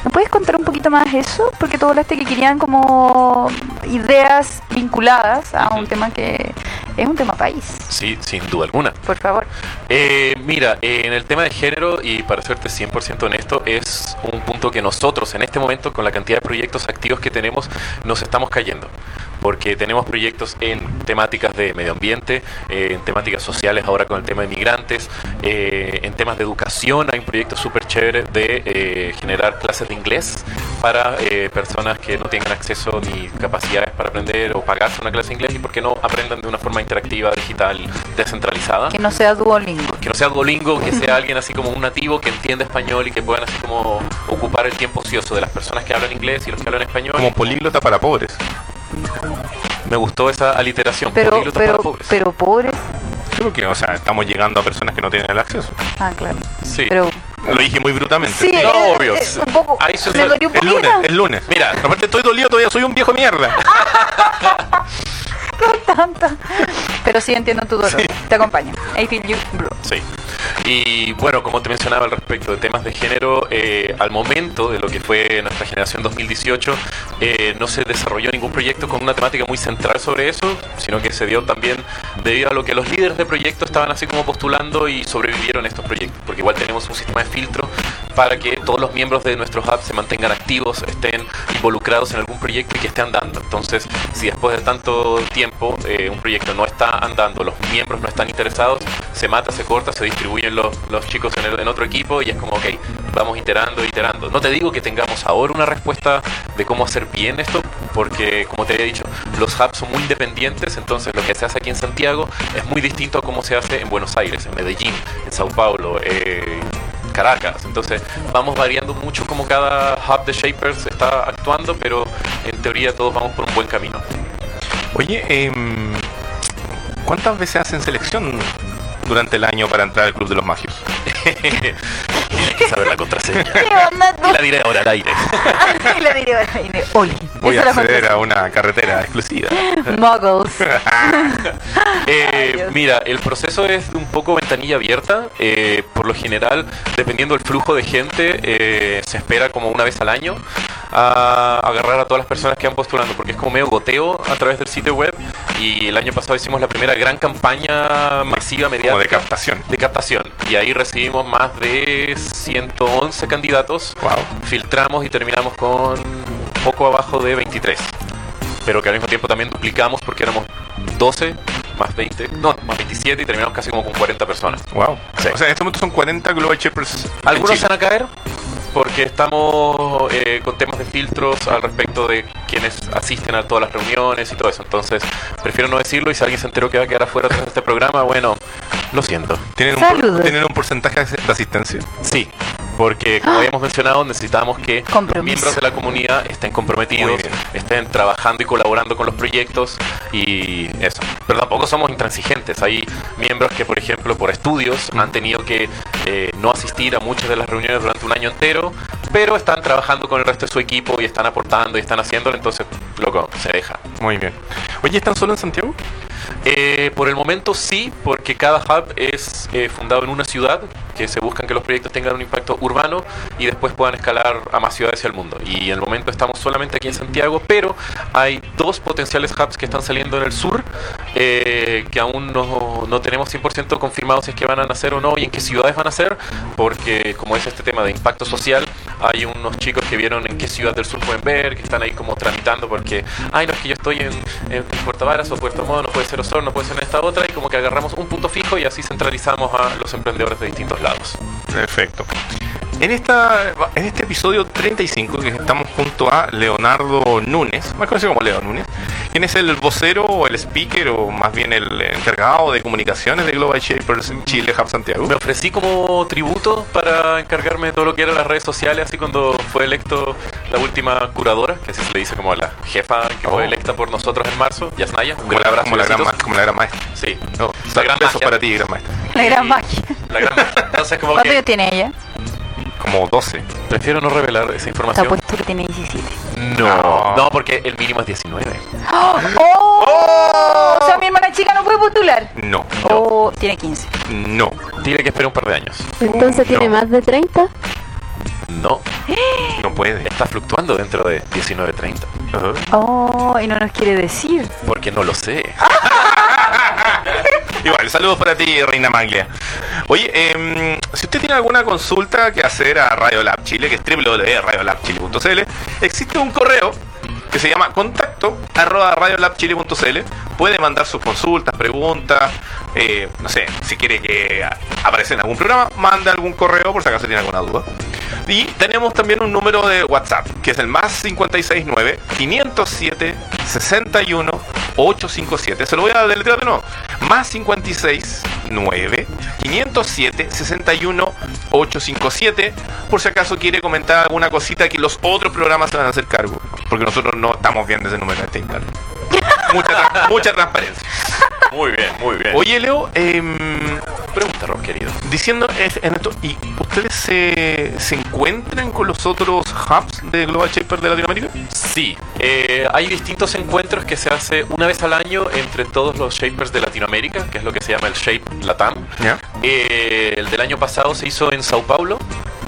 ¿Me puedes contar un poquito más eso? Porque tú hablaste que querían como ideas vinculadas a un Ujú. tema que es un tema país. Sí, sin duda alguna. Por favor. Eh, mira, eh, en el tema de género, y para serte 100% honesto, es un punto que nosotros en este momento, con la cantidad de proyectos activos que tenemos, nos estamos cayendo. Porque tenemos proyectos en temáticas de medio ambiente, eh, en temáticas sociales ahora con el tema de migrantes, eh, en temas de educación, hay un proyecto súper chévere de eh, generar clases de inglés para eh, personas que no tengan acceso ni capacidades para aprender o pagarse una clase de inglés y por qué no aprendan de una forma interactiva, digital, descentralizada Que no sea Duolingo. que no sea Duolingo, que sea alguien así como un nativo que entienda español y que puedan así como ocupar el tiempo ocioso de las personas que hablan inglés y los que hablan español. Como políglota para pobres. Me gustó esa aliteración. Pero, políglota para pero, pobres. pero pobres. Creo que, o sea, estamos llegando a personas que no tienen el acceso. Ah, claro. Sí. Pero, Lo dije muy brutamente. sí, No, eh, obvio. eh, un poco. Ahí se- me dolió un Es poquito. lunes, es lunes. Mira, Aparte estoy dolido todavía, soy un viejo mierda. Ah. tanta. Pero sí entiendo tu dolor. Te acompaño. I feel you, bro. Sí. Y bueno, como te mencionaba al respecto de temas de género, eh, al momento de lo que fue nuestra generación 2018, eh, no se desarrolló ningún proyecto con una temática muy central sobre eso, sino que se dio también debido a lo que los líderes de proyecto estaban así como postulando y sobrevivieron estos proyectos, porque igual tenemos un sistema de filtro para que todos los miembros de nuestros hubs se mantengan activos, estén involucrados en algún proyecto y que esté andando. Entonces, si después de tanto tiempo eh, un proyecto no está andando, los miembros no están interesados, se mata, se corta, se distribuyen los, los chicos en, el- en otro equipo y es como, ok, vamos iterando, iterando. No te digo que tengamos ahora una respuesta de cómo hacer bien esto, porque como te había dicho, los hubs son muy independientes, entonces lo que se hace aquí en Santiago es muy distinto a cómo se hace en Buenos Aires, en Medellín, en Sao Paulo. eh, Caracas. Entonces vamos variando mucho como cada hub de Shapers está actuando, pero en teoría todos vamos por un buen camino. Oye, em, ¿cuántas veces hacen selección durante el año para entrar al Club de los Magios? Tienes que saber la contraseña. ¿Qué onda tú? Y la diré ahora al aire. Y la diré ahora, y de Oli. Voy Esa a es la acceder a una carretera exclusiva. frase. Muggles. Eh, Ay, Dios. mira, el proceso es un poco ventanilla abierta. eh, por lo general, dependiendo del flujo de gente, eh, se espera como una vez al año a agarrar a todas las personas que han postulando, porque es como medio goteo a través del sitio web. Y el año pasado hicimos la primera gran campaña masiva mediática. Como de captación. de captación y ahí recibimos más de 111 candidatos, Wow. filtramos y terminamos con poco abajo de 23, pero que al mismo tiempo también duplicamos porque éramos 12 más 20, no, más 27 y terminamos casi como con 40 personas. Wow. Sí. O sea, en este momento son 40 Global Shapers. en Algunos Chile. se van a caer porque estamos eh, con temas de filtros al respecto de quienes asisten a todas las reuniones y todo eso, entonces prefiero no decirlo y si alguien se enteró que va a quedar afuera tras este programa, bueno, lo siento. ¿Tienen un, por- Saludos. tienen un porcentaje de asistencia. Sí, porque como habíamos mencionado, necesitamos que los Compromiso. miembros de la comunidad estén comprometidos, Muy bien. estén trabajando y colaborando con los proyectos y eso. Pero tampoco somos intransigentes. Hay miembros que, por ejemplo, por estudios han tenido que eh, no asistir a muchas de las reuniones durante un año entero, pero están trabajando con el resto de su equipo y están aportando y están haciéndolo, entonces, loco, se deja. Muy bien. Oye, ¿están solo en Santiago? Eh, por el momento sí, porque cada hub es eh, fundado en una ciudad, que se buscan que los proyectos tengan un impacto urbano y después puedan escalar a más ciudades y al mundo. Y en el momento estamos solamente aquí en Santiago, pero hay dos potenciales hubs que están saliendo en el sur, eh, que aún no, no tenemos 100% confirmados si es que van a nacer o no y en qué ciudades van a ser, porque como es este tema de impacto social, hay unos chicos que vieron en qué ciudad del sur pueden ver, que están ahí como tramitando porque, ay, no es que yo estoy en, en Puerto Varas o Puerto Montt, no puede ser Osorno, no puede ser en esta otra, y como que agarramos un punto fijo y así centralizamos a los emprendedores de distintos lados. Perfecto. En, esta, en este episodio 35, que estamos junto a Leonardo Núñez, más conocido como Leo Núñez, quien es el vocero o el speaker o más bien el encargado de comunicaciones de Global Shapers Chile Hub Santiago. Me ofrecí como tributo para encargarme de todo lo que eran las redes sociales, así cuando fue electo la última curadora, que así se le dice como a la jefa que Oh. fue electa por nosotros en marzo, Yasnaya. Un Como gran la, abrazo. como la gran, besitos. ma- como la gran maestra. Sí. No, La gran besos magia. para ti, gran maestra. La gran Y- magia. La gran magia. Entonces como ¿Cuántos que años tiene ella? Como 12. prefiero no revelar esa Está información. puesto que tiene 17. No, no, porque el mínimo es 19. ¡Oh! ¡Oh! O sea, mi hermana chica no puede postular. No, Oh, tiene 15. no. Dile que espere un par de años. Entonces tiene No. más de 30. No, No puede. está fluctuando dentro de 19.30. Ajá. Oh, y no nos quiere decir. Porque no lo sé. Igual, saludos para ti, Reina Maglia. Oye, em, si usted tiene alguna consulta que hacer a Radio Lab Chile, que es www.radiolabchile.cl, existe un correo que se llama contacto arroba radiolabchile.cl. Puede mandar sus consultas, preguntas, eh, no sé, si quiere que a- aparezca en algún programa, manda algún correo por si acaso tiene alguna duda. Y tenemos también un número de WhatsApp, que es el más 569 507 61 857. Se lo voy a deletrear de nuevo. Más 569 507 61 857. Por si acaso quiere comentar alguna cosita que los otros programas se van a hacer cargo. Porque nosotros no estamos viendo ese número de este encargo. Mucha, tra- mucha transparencia. Muy bien, muy bien. Oye, Oye, Leo, em, pregunta, Rob, querido. Diciendo es- en esto, ¿y ustedes se, se encuentran con los otros hubs de Global Shaper de Latinoamérica? Sí, eh, hay distintos encuentros que se hace una vez al año entre todos los shapers de Latinoamérica, que es lo que se llama el Shape Latam. ¿Ya? Eh, el del año pasado se hizo en Sao Paulo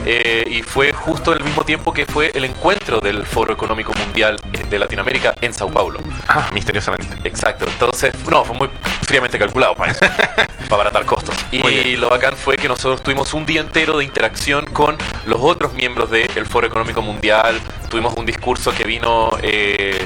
eh, y fue justo el mismo tiempo que fue el encuentro del Foro Económico Mundial eh, de Latinoamérica en Sao Paulo. Ah, misteriosamente. Exacto, entonces, no, fue muy fríamente calculado para eso, para abaratar costos. Muy Y bien. lo bacán fue que nosotros tuvimos un día entero de interacción con los otros miembros del Foro Económico Mundial, tuvimos un discurso que vino eh,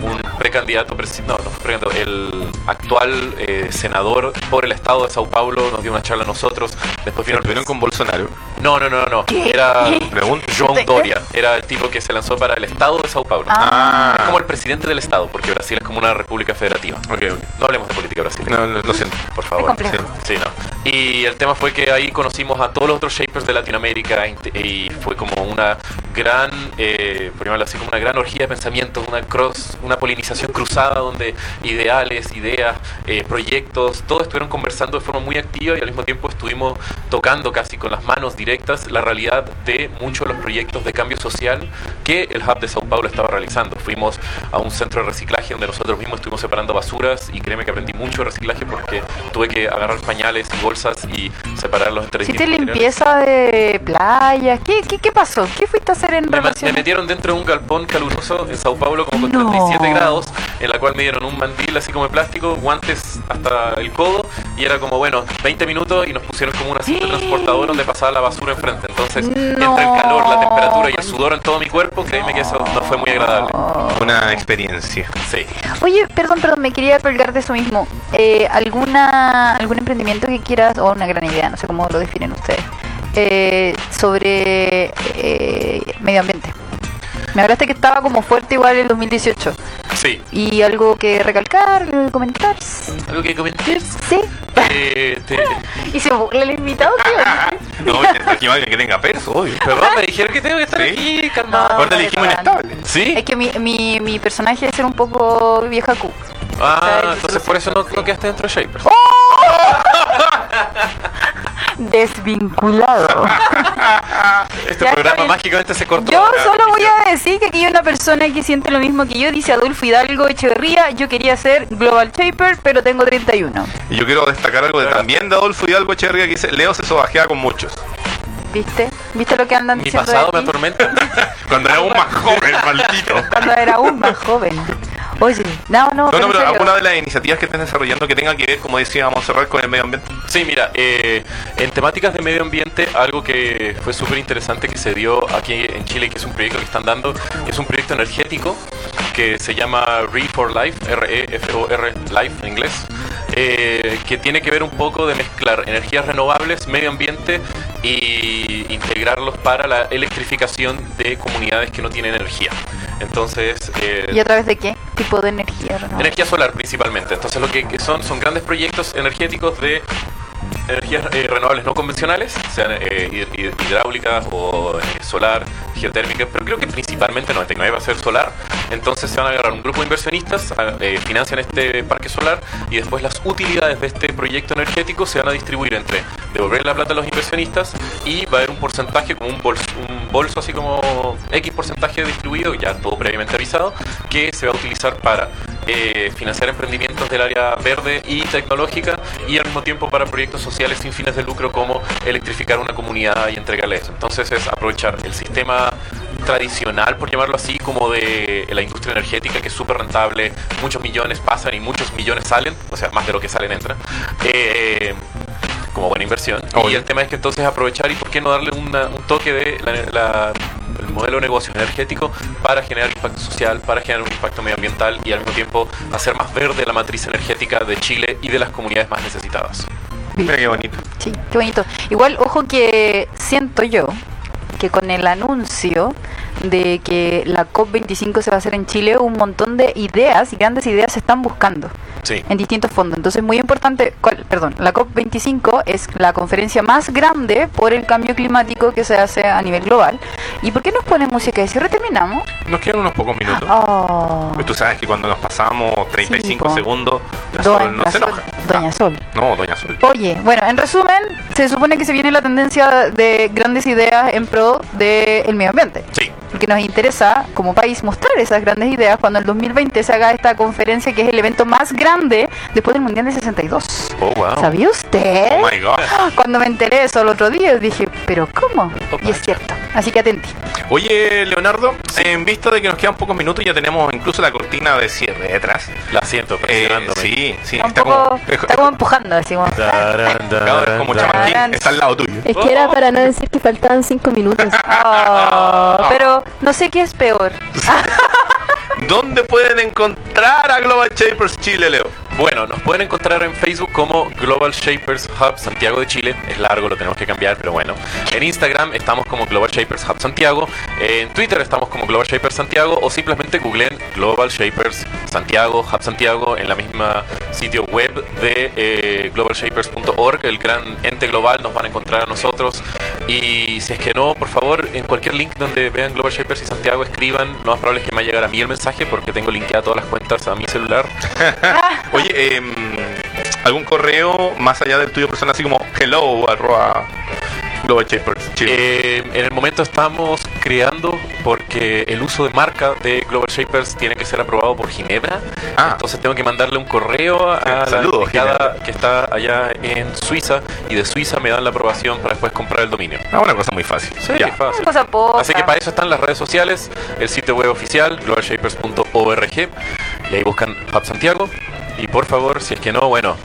un precandidato, presi- no, no fue precandidato, el actual eh, senador por el estado de Sao Paulo nos dio una charla a nosotros, después Pero vino el tuvieron con Bolsonaro. No, no, no, no, era Pregunta. João Doria, era el tipo que se lanzó para el estado de Sao Paulo. Ah. Es como el presidente del estado, porque Brasil es como una república federativa. Ok, ok. No hablemos de política brasileña, No, no, lo siento. por favor. complejo. Sí, sí, no. Y el tema fue que ahí conocimos a todos los otros shapers de Latinoamérica int- y fue como una gran, eh, por llamarlo así, como una gran orgía de pensamientos, una cross, una polinización cruzada donde ideales, ideas, eh, proyectos, todos estuvieron conversando de forma muy activa y al mismo tiempo estuvimos tocando casi con las manos directas la realidad de muchos de los proyectos de cambio social que el Hub de Sao Paulo estaba realizando. Fuimos a un centro de reciclaje donde nosotros mismos estuvimos separando basuras y créeme que aprendí mucho de reciclaje porque tuve que agarrar pañales y bolsas y separarlos entre ¿Hiciste distintos contenedores. limpieza de playas? ¿Qué, qué, qué pasó? ¿Qué fuiste a hacer en Me, ma- me relación? metieron dentro de un galpón caluroso en Sao Paulo como con No. 37 grados, en la cual me dieron un mandil así como de plástico, guantes hasta el codo y era como, bueno, 20 minutos y nos pusieron como un asiento transportador donde pasaba la basura enfrente. Entonces, No. entre el calor, la temperatura y el sudor en todo mi cuerpo, créeme que eso no fue muy agradable. Oh. Una experiencia. Sí. Oye, perdón, perdón, me quería colgar de eso mismo. Eh, ¿alguna, ¿Algún emprendimiento que quieras, o una gran idea, no sé cómo lo definen ustedes, eh, sobre eh, medio ambiente? Me hablaste que estaba como fuerte igual el 2018. Sí, ¿Y algo que recalcar, algo que comentar? Sí. algo que comentar. Eh, te- ¿Y se burla el invitado? ¿Qué onda? No, que vale que tenga peso, obvio. perdón, me dijeron que tengo que estar Sí. aquí, calmado. Ahorita le dijimos inestable. ¿Sí? Es que mi, mi, mi personaje es ser un poco vieja Q. Ah, entonces por eso no, no quedaste dentro de Oh, Shapers. Desvinculado. este Ya está programa bien. mágicamente se cortó. Yo ahora, solo voy Alicia. a decir que aquí hay una persona que siente lo mismo que yo, dice Adolfo Hidalgo Echeverría, yo quería ser Global Shaper, pero tengo 31. Y yo quiero destacar algo de también de Adolfo Hidalgo Echeverría que dice, Leo se sobajea con muchos. ¿Viste? ¿Viste lo que andan Mi diciendo pasado de me ti? atormenta. Cuando era un más joven, maldito. Cuando era aún más joven. Oye, no, no, No, no, pero pero en serio. alguna de las iniciativas que estén desarrollando que tengan que ver, como decíamos, cerrar con el medio ambiente. Sí, mira, eh, en temáticas de medio ambiente, algo que fue súper interesante que se dio aquí en Chile, que es un proyecto que están dando, que es un proyecto energético que se llama Re for Life, E R-E-F-O-R, Life en inglés, eh, que tiene que ver un poco de mezclar energías renovables, medio ambiente y integrarlos para la electrificación de comunidades que no tienen energía. Entonces, eh, ¿Y a través de qué? Tipo de energía renovable? Energía solar principalmente. Entonces lo que que son son grandes proyectos energéticos de energías eh, renovables no convencionales, sean eh, hid- hid- hidráulicas o eh, solar, geotérmicas, pero creo que principalmente 99 va a ser solar. Entonces se van a agarrar un grupo de inversionistas, a- eh, financian este parque solar y después las utilidades de este proyecto energético se van a distribuir entre devolver la plata a los inversionistas y va a haber un porcentaje, como un bolso, un bolso así como X porcentaje distribuido, ya todo previamente avisado, que se va a utilizar para eh, financiar emprendimientos del área verde y tecnológica y al mismo tiempo para proyectos sociales sin fines de lucro como electrificar una comunidad y entregarle eso. Entonces es aprovechar el sistema tradicional, por llamarlo así, como de la industria energética que es súper rentable, muchos millones pasan y muchos millones salen, o sea, más de lo que salen entra. Eh, como buena inversión. Y Obvio. el tema es que entonces aprovechar y por qué no darle una- un toque de la- la- el modelo de negocio energético para generar impacto social, para generar un impacto medioambiental y al mismo tiempo hacer más verde la matriz energética de Chile y de las comunidades más necesitadas. Mira qué bonito. Sí, qué bonito. Igual, ojo que siento yo que con el anuncio de que la COP25 se va a hacer en Chile, un montón de ideas y grandes ideas se están buscando Sí. en distintos fondos. Entonces, muy importante, cuál- perdón, la COP25 es la conferencia más grande por el cambio climático que se hace a nivel global. ¿Y por qué nos ponen música de cierre? ¿Terminamos? Nos quedan unos pocos minutos. Oh, Pues tú sabes que cuando nos pasamos 35 po. segundos, la Doña Sol no se Sol- enoja. Doña Ah, Sol. No, Doña Sol. Oye, bueno, en resumen, se supone que se viene la tendencia de grandes ideas en pro del medio ambiente. Sí. Porque nos interesa, como país, mostrar esas grandes ideas cuando el 2020 se haga esta conferencia que es el evento más grande después del Mundial de 62. Oh, wow. ¿Sabía usted? Oh my god. Ah, Cuando me enteré de eso el otro día, dije, ¿pero cómo? Y es cierto. Así que atenti. Oye, Leonardo, en vista de que nos quedan pocos minutos, ya tenemos incluso la cortina de cierre detrás. La siento, Eh, presionándome. sí, sí, Está un está poco, como, está como empujando, decimos. Tarán, Claro, es tarán, como tarán. chamaquín, está al lado tuyo. Es que era para no decir que faltaban cinco minutos. Ah. Oh, pero no sé qué es peor. ¿Dónde pueden encontrar a Global Shapers Chile, Leo? Bueno, nos pueden encontrar en Facebook como Global Shapers Hub Santiago de Chile. Es largo, lo tenemos que cambiar, pero bueno. En Instagram estamos como Global Shapers Hub Santiago. En Twitter estamos como Global Shapers Santiago. O simplemente googleen Global Shapers Santiago, Hub Santiago, en la misma sitio web de eh, globalshapers.org, el gran ente global. Nos van a encontrar a nosotros. Y si es que no, por favor, en cualquier link donde vean Global Shapers y Santiago, escriban. Lo más probable es que me va a llegar a mí el mensaje porque tengo linkeadas todas las cuentas a mi celular. Oye, em, ¿algún correo más allá del tuyo personal, así como hello, arroba Global Shapers Chile? Eh, en el momento estamos creando porque el uso de marca de Global Shapers tiene que ser aprobado por Ginebra. Ah. Entonces tengo que mandarle un correo a Saludos, la delegada Ginebra. que está allá en Suiza y de Suiza me dan la aprobación para después comprar el dominio. Ah, una cosa muy fácil. Sí, Ya. fácil. Cosa poca. Así que para eso están las redes sociales, el sitio web oficial, globalshapers.org, y ahí buscan Hub Santiago. Y por favor, si es que no, bueno,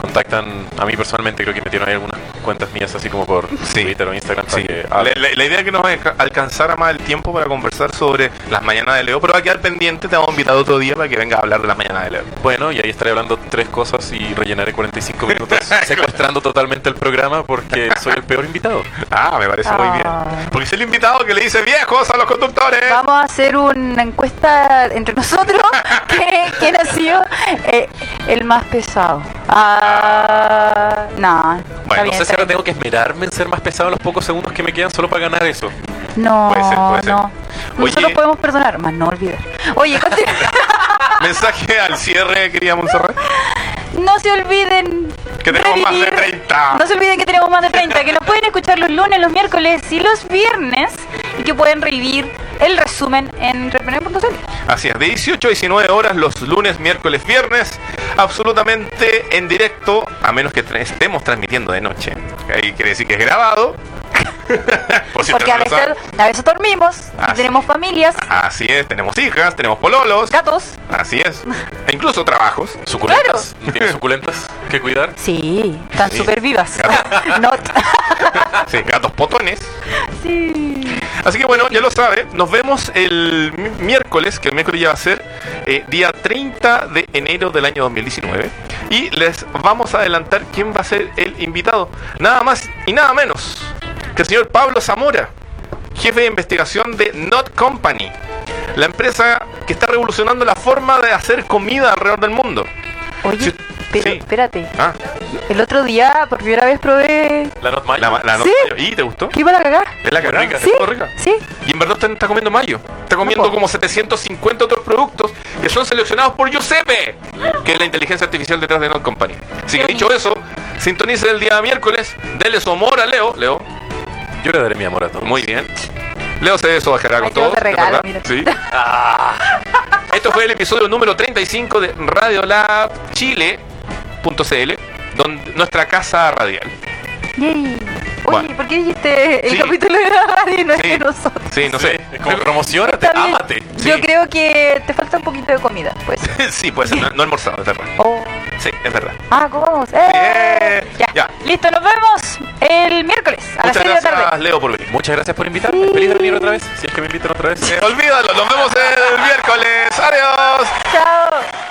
contactan a mí personalmente, creo que metieron ahí algunas cuentas mías, así como por Sí. Twitter o Instagram. para Sí. que La, la- la idea es que nos alca- alcanzara más el tiempo para conversar sobre las mañanas de Leo, pero va a quedar pendiente, te vamos a invitar otro día para que venga a hablar de las mañanas de Leo. Bueno, y ahí estaré hablando tres cosas y rellenaré 45 minutos, secuestrando totalmente el programa porque soy el peor invitado. Ah, me parece muy bien. Ah. Porque es el invitado que le dice viejos a los conductores. Vamos a hacer una encuesta entre nosotros. ¿Qué- ¿Quién ha sido eh, el más pesado? Ah, no. está Bueno, bien, no sé si está ahora bien. tengo que esmerarme en ser más pesado en los pocos segundos que me quedan solo para ganar eso. No, Puede ser, puede ser. no. Nosotros Oye. podemos perdonar, más no olvidar. Oye, continu- Mensaje al cierre, quería Montserrat. no se olviden Que tenemos más de revivir- 30. No se olviden que tenemos más de 30, que nos pueden escuchar los lunes, los miércoles y los viernes y que pueden revivir el resumen en repreneur.cl. Así es, de 18 a 19 horas los lunes, miércoles, viernes, absolutamente en directo, a menos que tra- estemos transmitiendo de noche. Ahí quiere decir que es grabado. Por si Porque a ustedes no lo veces, a veces dormimos, Ah, sí. tenemos familias, saben. Así es, tenemos hijas, tenemos pololos. gatos. Así es. E incluso trabajos. ¿Suculentas? ¿Tienes suculentas que cuidar? Sí, están Sí. súper vivas. Not. Sí, gatos potones. Sí. Así que bueno, ya lo sabe. Nos vemos el mi- miércoles, que el miércoles ya va a ser eh, día 30 de enero del año 2019. Y les vamos a adelantar quién va a ser el invitado. Nada más y nada menos que el señor Pablo Zamora, jefe de investigación de Not Company, la empresa que está revolucionando la forma de hacer comida alrededor del mundo. Oye, Sí. pero Sí. espérate, Ah, el otro día por primera vez probé... La not mayo. la, la ¿Sí? ¿Y te gustó? ¿Qué iba a cagar? Es la que Rica, rica, ¿Sí? estuvo rica. ¿Sí? Y en verdad usted no está comiendo mayo. Está comiendo No, po. como 750 otros productos que son seleccionados por Giuseppe, que es la inteligencia artificial detrás de Not Company. Así que dicho eso, sintonice el día miércoles, dele su amor a Leo. Leo, Yo le daré mi amor a todos. muy bien. Leo se desobajará con Ay, tengo todo. que ¿de regalo, verdad? mira. Sí. Ah. Esto fue el episodio número 35 de Radiolab Chile.cl, donde nuestra casa radial. Yay. Oye, Bueno. ¿por qué dijiste el Sí. capítulo de la radio y no es Sí. de nosotros? Sí, no Sí, sé. es como promocionate, Está bien. ámate. Yo sí. creo que te falta un poquito de comida, pues. Sí, puede ser, no, no he almorzado, es verdad. Oh. Sí, es verdad. Ah, ¿cómo vamos? ¡Eh! Bien. Ya. Ya. Listo, nos vemos el miércoles a Muchas las 6 de la gracias, tarde. Leo, por venir. Muchas gracias por invitarme. Sí. Feliz de venir otra vez. Si es que me invitan otra vez. Eh, olvídalo, nos vemos el miércoles. Adiós. Chao.